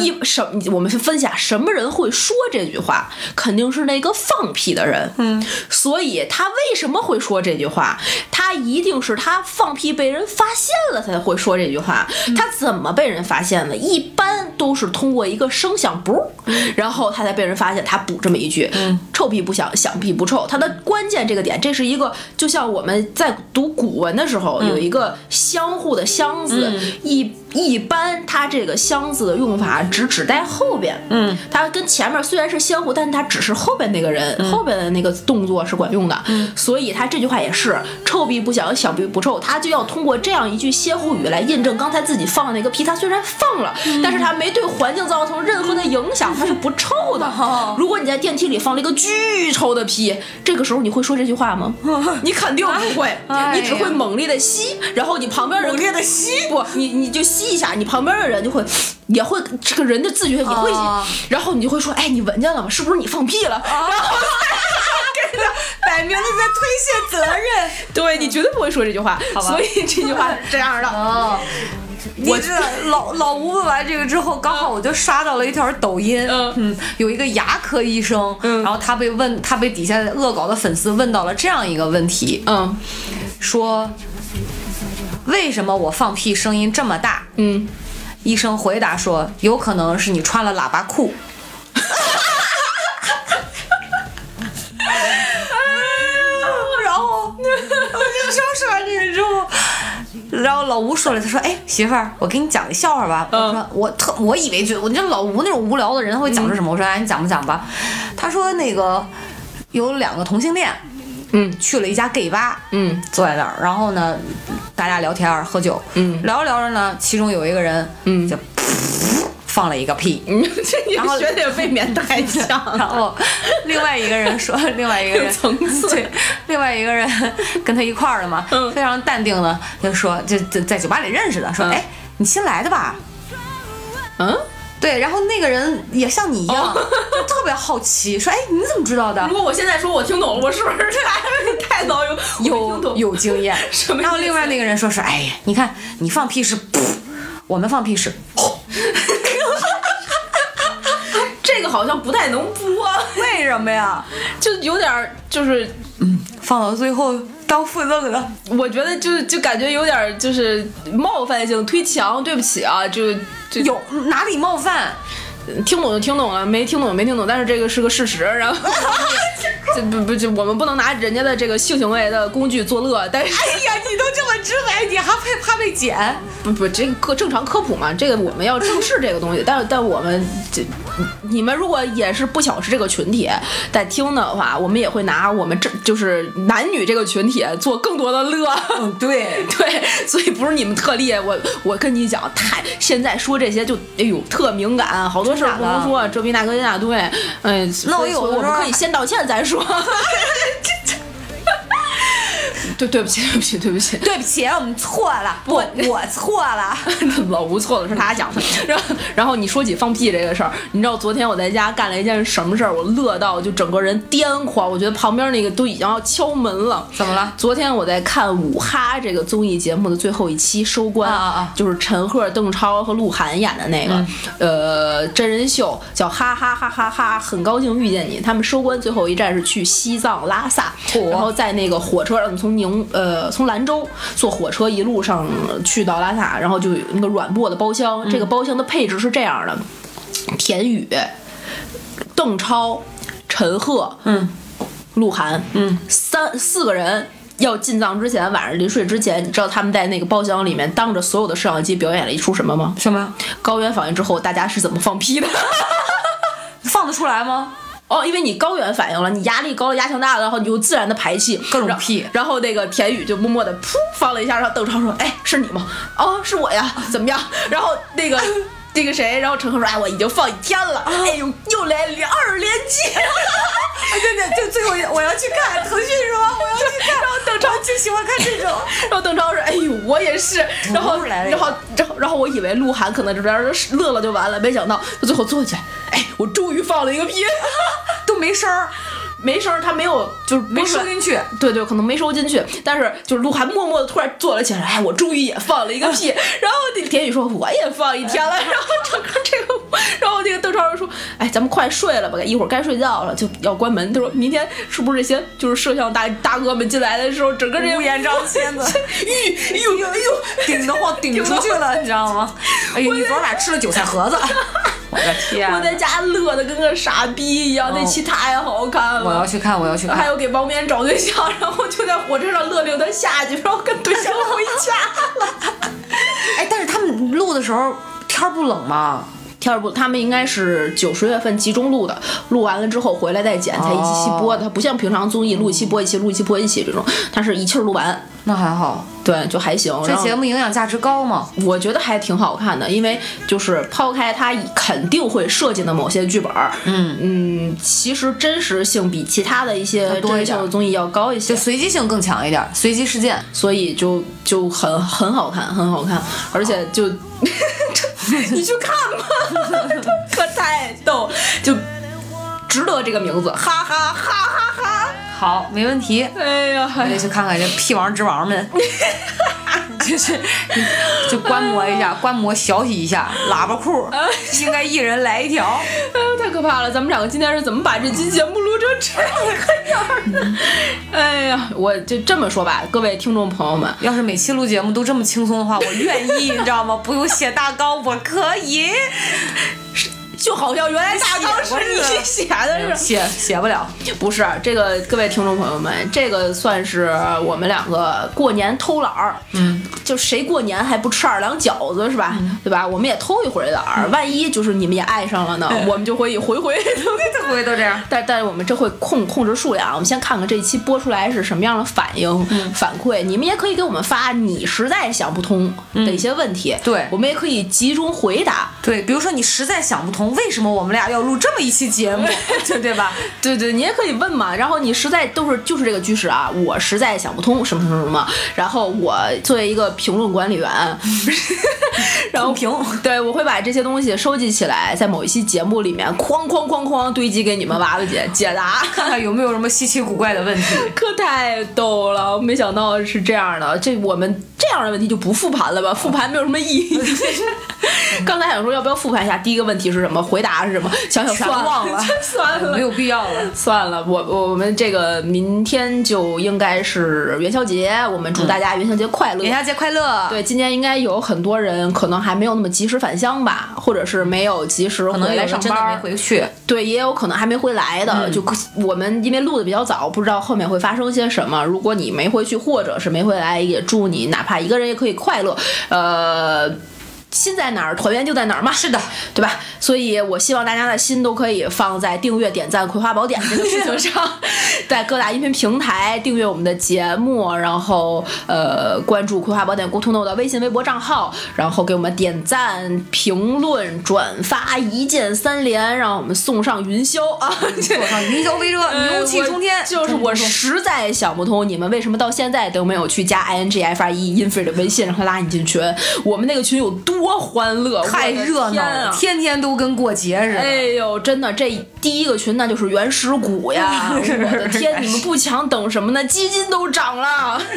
A: 一什，我们分析啊，什么人会说这句话？肯定是那个放屁的人。嗯，所以他为什么会说这句话？他一定是他放屁被人发现了才会说这句话。他怎么被人发现的？一般都是通过一个声响“不”，然后他才被人发现。他补这么一句：“臭屁不响，响屁不臭。”他的关键这个点，这是一个就像我们在读古文的时候，有一个相互的箱子，一一般它这个箱子的用法只指代后边，嗯，它跟前面虽然是相互，但它只是后边那个人、后边的那个动作是管用的，所以他这句话也是臭屁不响，响屁不臭，他就要通过这样一句歇后语来印证刚才自己放的那个屁，他虽然放了，但是他没对环境造成任何的影响，它是不臭的。如果你在电梯里放了一个巨臭的屁，这个时候你会说这句话吗？你肯定不会，
B: 哎
A: 你只会猛烈的吸，然后你旁边人
B: 猛烈地吸
A: 不，你你就吸一下，你旁边的人就会，也会这个人的自觉也会，
B: 哦
A: 然后你就会说，哎，你闻见了吗？是不是你放屁了？然后
B: 摆明了在推卸责任。
A: 对你绝对不会说这句话，
B: 吧
A: 所以这句 话是这样的。
B: 哦， 我嗯知道老老吴问完这个之后，刚好我就刷到了一条抖音，
A: 嗯
B: 有一个牙科医生，然后他被问，他被底下恶搞的粉丝问到了这样一个问题，
A: 嗯
B: 说为什么我放屁声音这么大？
A: 嗯，
B: 医生回答说，有可能是你穿了喇叭裤。然后我就说说完这个之后，然后老吴说了，他说：“哎，媳妇儿，我给你讲个笑话吧。我说：“我特我以为就我觉得老吴那种无聊的人他会讲出什么？”我说：“哎，你讲不讲吧？”他说：“那个有两个同性恋，
A: 嗯，
B: 去了一家 gay 吧，
A: 嗯
B: 坐在那儿，然后呢，大家聊天儿喝酒，
A: 嗯
B: 聊着聊着呢，其中有一个人，嗯，就放了一个屁，
A: 嗯，这你
B: 然后
A: 学的也未免太像
B: 然
A: 了。
B: 后另外一个 人说，另外一个人
A: 有层次
B: 对，另外一个人跟他一块儿的嘛，
A: 嗯
B: 非常淡定的就说，就就在酒吧里认识的，说，
A: 嗯
B: 哎，你新来的吧？
A: 嗯，哦
B: 对，然后那个人也像你一样，就特别好奇，说，哎，你怎么知道的？
A: 如果我现在说我听懂了，我是不是太太早有我听
B: 有
A: 懂
B: 有经 验
A: 什么意思
B: 然后另外那个人说是，哎呀，你看你放屁是噗，我们放屁是吼。
A: 个好像不太能播，
B: 为什么呀？
A: 就有点儿就是
B: 放到最后当附赠的，
A: 我觉得就就感觉有点儿就是冒犯性推墙，对不起啊，就就
B: 有哪里冒犯？
A: 听懂就听懂了，没听懂没听懂，但是这个是个事实，然后这不不就我们不能拿人家的这个性行为的工具作乐，但是
B: 哎呀，你都这么直白，你还怕怕被剪？
A: 不不这个正常科普嘛，这个我们要正视这个东西，但但我们这你们如果也是不巧是这个群体在听的话，我们也会拿我们这就是男女这个群体做更多的乐。
B: 嗯对，
A: 对，所以不是你们特例，我我跟你讲，太现在说这些就哎呦特敏感，好多事儿不能说，这逼那个那对，哎，
B: 那
A: 所
B: 我
A: 以
B: 有
A: 所以
B: 的
A: 我
B: 时
A: 们
B: 候
A: 可以先道歉再说。 对，对不起，对不起，对不起，
B: 对不起，我们错了，我我错了。
A: 老吴错了，是他讲的。 然后，然后你说起放屁这个事儿，你知道昨天我在家干了一件什么事儿？我乐到就整个人癫狂，我觉得旁边那个都已经要敲门了。
B: 怎么了
A: 昨天我在看《五哈》这个综艺节目的最后一期收官，
B: 啊啊啊嗯
A: 就是陈赫、邓超和鹿晗演的那个、呃真人秀，叫哈哈哈哈哈，很高兴遇见你。他们收官最后一站是去西藏拉萨，
B: 嚯
A: 然后在那个火车上从宁呃从兰州坐火车一路上去到拉萨，然后就有那个软卧的包厢，这个
B: 嗯
A: 包厢的配置是这样的：田雨、邓超、陈赫，
B: 嗯，
A: 鹿晗，嗯，三四个人。要进藏之前，晚上临睡之前，你知道他们在那个包厢里面当着所有的摄像机表演了一出什么吗？
B: 什么？
A: 高原反应之后，大家是怎么放屁的？
B: 放得出来吗？
A: 哦，因为你高原反应了，你压力高了，压强大了，然后你就自然的排气，
B: 各种
A: 然
B: 屁
A: 然后那个田宇就默默的噗放了一下，然后邓超说：“哎，是你吗？哦，是我呀，怎么样？”然后那个那个谁，然后陈赫说：“哎，我已经放一天了，哎呦，又来连二连击。
B: 哎，对对，就最后一我要去看腾讯说我要去看，然后邓超就喜欢看这种。”
A: 然后邓超说：“哎呦，我也是。”然后
B: 出来了
A: 然后然后然后我以为鹿晗可能这边乐了就完了，没想到他最后坐起来，哎，我终于放了一个屁，
B: 都没声儿，
A: 没声儿，他没有就是
B: 没
A: 不是
B: 收进去。
A: 对对，可能没收进去，但是就是鹿晗默默的突然坐了起来，哎，我终于也放了一个
B: 啊
A: 屁。然后那田宇说我也放一天了，然后整个这个，然后那个邓超就说，哎，咱们快睡了吧，一会儿该睡觉了，就要关门。他说明天是不是这些就是摄像大大哥们进来的时候，整个这
B: 乌烟瘴气的
A: 吁哎呦哎呦，
B: 顶得慌，顶出去了，你知道吗？哎呀，你昨儿晚上吃了韭菜盒子， 我的天啊
A: 我在家乐的跟个傻逼一样，那期太好看
B: 我要
A: 了。
B: 去看，我要去
A: 还
B: 看。
A: 有给王冕找对象，然后就在火车上乐溜达下去，然后跟对象回家了。
B: 哎，但是他们录的时候天儿不冷吗？
A: 天儿不，他们应该是九十月份集中录的，录完了之后回来再
B: 哦
A: 剪，才一期期播的。它不像平常综艺录一期播一期，录一期播一期这种，它是一气儿录完，
B: 那还好，
A: 对，就还行。
B: 这
A: 然后
B: 节目营养价值高吗？
A: 我觉得还挺好看的，因为就是抛开它肯定会设计的某些剧本，嗯嗯，其实真实性比其他的一些
B: 啊
A: 真
B: 多一
A: 人
B: 点
A: 秀的综艺要高一些
B: 就，随机性更强一点，随机事件。
A: 所以就就很很好看，很好看，而且 就你去看吧， 可太逗，就值得这个名字，哈哈哈哈哈！
B: 好，没问题。
A: 哎呀，
B: 我得去看看这屁王之王们，
A: 哎
B: 就是就观摩一 下，观摩小洗一下喇叭裤， 应该一人来一条。
A: 哎呦，太可怕了！咱们两个今天是怎么把这期节目录成这个样儿的？哎呀，我就这么说吧，各位听众朋友们，
B: 要是每期录节目都这么轻松的话，我愿意，你知道吗？不用写大纲，我可以。
A: 就好像原来大纲是哎
B: 写过 是
A: 你
B: 吧
A: 写的是
B: 写写不了，
A: 不是？这个各位听众朋友们，这个算是我们两个过年偷懒儿，嗯，就谁过年还不吃二两饺子是吧？对吧？我们也偷一回懒儿，万一就是你们也爱上了呢，我们就会回回。
B: 这回都这样。
A: 但但是我们这会控控制数量，我们先看看这一期播出来是什么样的反应、反馈。你们也可以给我们发你实在想不通的一些问题，
B: 对
A: 我们也可以集中回答。
B: 对，比如说你实在想不通，为什么我们俩要录这么一 期节目，对对吧？
A: 对对，你也可以问嘛。然后你实在都是就是这个句式啊，我实在想不通什么什么什么。然后我作为一个评论管理员， 然后
B: 评评
A: 对我会把这些东西收集起来，在某一期节目里面哐哐哐哐堆积给你们娃子 姐解答。
B: 看看有没有什么稀奇古怪的问题。
A: 可太逗了，我没想到是这样的。这我们这样的问题嗯 就不复盘了吧？复盘没有什么意义。刚才想说要不要复盘一下？第一个问题是什么？么回答是什么，想想啥
B: 算了
A: 忘 了，算
B: 没有必要 了。
A: 算了，我我我们这个明天就应该是元宵节，我们祝大家元宵节快乐。
B: 元宵节快乐！，
A: 对，今年应该有很多人可能还没有那么及时返乡吧，或者是没有及时
B: 可
A: 回
B: 能有
A: 来
B: 人
A: 上
B: 真的没
A: 班。
B: 回嗯去。
A: 对，也有可能还没回来的。就可我们因为录的比较早，不知道后面会发生些什么。如果你没回去，或者是没回来，也祝你哪怕一个人也可以快乐。呃。心在哪儿，团圆就在哪儿嘛。是的，对吧？所以我希望大家的心都可以放在订阅、点赞《葵花宝典》这个事情 上，在各大音频平台订阅我们的节目，然后呃关注《葵花宝典》沟通的我的微信、微博账号，然后给我们点赞、评论、转发，一键三连，让我们送上云霄啊！
B: 我靠，云 霄飞车，牛气冲天！
A: 就是呃我实在想不通，你们为什么到现在都没有去加 i n g f r e infree 的微信，让他拉你进群？我们那个群有多欢乐，
B: 太热
A: 我的天
B: 闹
A: 啊
B: 了，天天都跟过节似
A: 哎
B: 的。
A: 呦，真的，这第一个群那就是原始股 呀！我的天，你们不抢等什么呢？基金都涨了，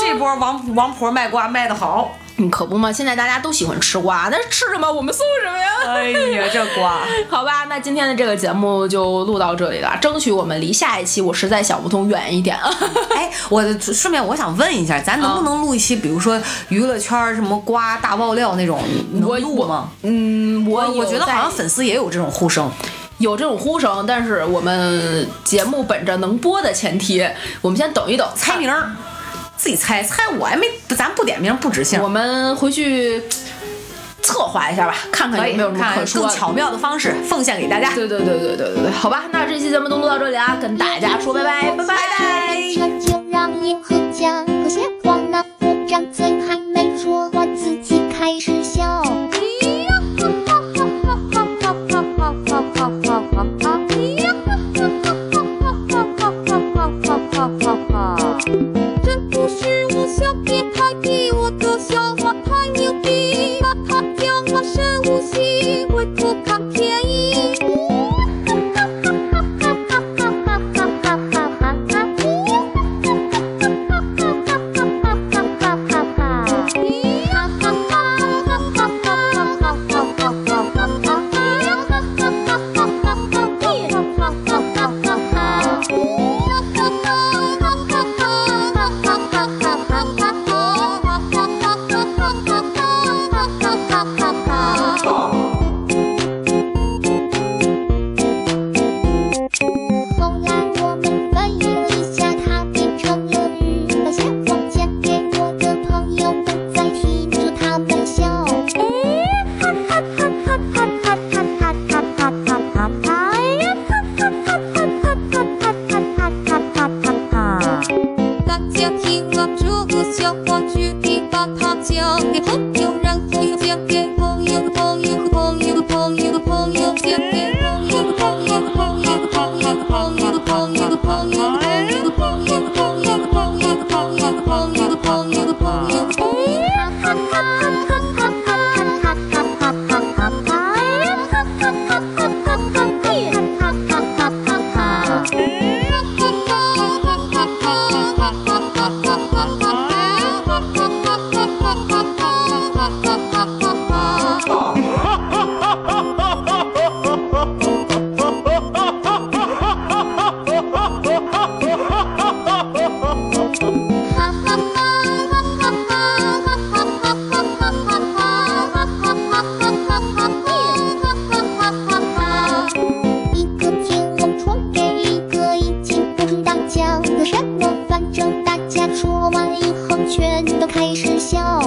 B: 这波王王婆卖瓜卖的好，
A: 你可不嘛！现在大家都喜欢吃瓜，那吃什么我们送什么呀？
B: 哎呀，这瓜！
A: 好吧，那今天的这个节目就录到这里了，争取我们离下一期我实在想不通远一点啊！
B: 哎，我的顺便我想问一下，咱能不能录一期，比如说娱乐圈儿什么瓜大爆料那种，能
A: 我
B: 录吗？
A: 嗯，我
B: 我
A: 我
B: 我觉得好像粉丝也有这种呼声，
A: 有这种呼声，但是我们节目本着能播的前提，我们先等一等，
B: 猜名儿，自己猜猜，我还没，咱不点名不指姓
A: 我，们回去呃策划一下吧，看看
B: 可
A: 有
B: 以
A: 没有什么
B: 看
A: 可说
B: 更
A: 的。
B: 巧妙的方式奉献给大家。
A: 对对对对对对对，好吧，那这期节目就录到这里啊，跟大家说拜拜，拜拜。
E: 这就让银河讲个笑话，那虎张嘴还没说话，自己开始笑。咿呀哈哈哈哈哈哈哈哈哈哈哈哈！咿呀哈哈哈哈哈哈哈哈哈哈哈！这不是我小编他给我的笑话，太牛逼了，他叫我深呼吸，为我看便宜。后来我们翻译一下，它变成了日本笑话，讲给我的朋友们在听着他们笑。哎呀哈哈哈哈哈哈哈哈哈哈哈哈！哎呀哈哈哈哈哈哈哈哈哈哈哈哈！大家听了这个笑话，决定把它讲给朋友，然后又讲给朋友，朋友，朋友，朋友，朋友，讲给朋友，朋友，朋友，朋友，朋友，朋友，朋友，朋友，朋友，朋友，朋友，朋友，朋友，朋友，朋友，哈哈哈哈哈哈哈哈哈哈哈哈！哈哈哈哈哈哈哈哈哈哈哈！一个天王传给一个已经不知道讲的什么，反正大家说完以后全都开始笑。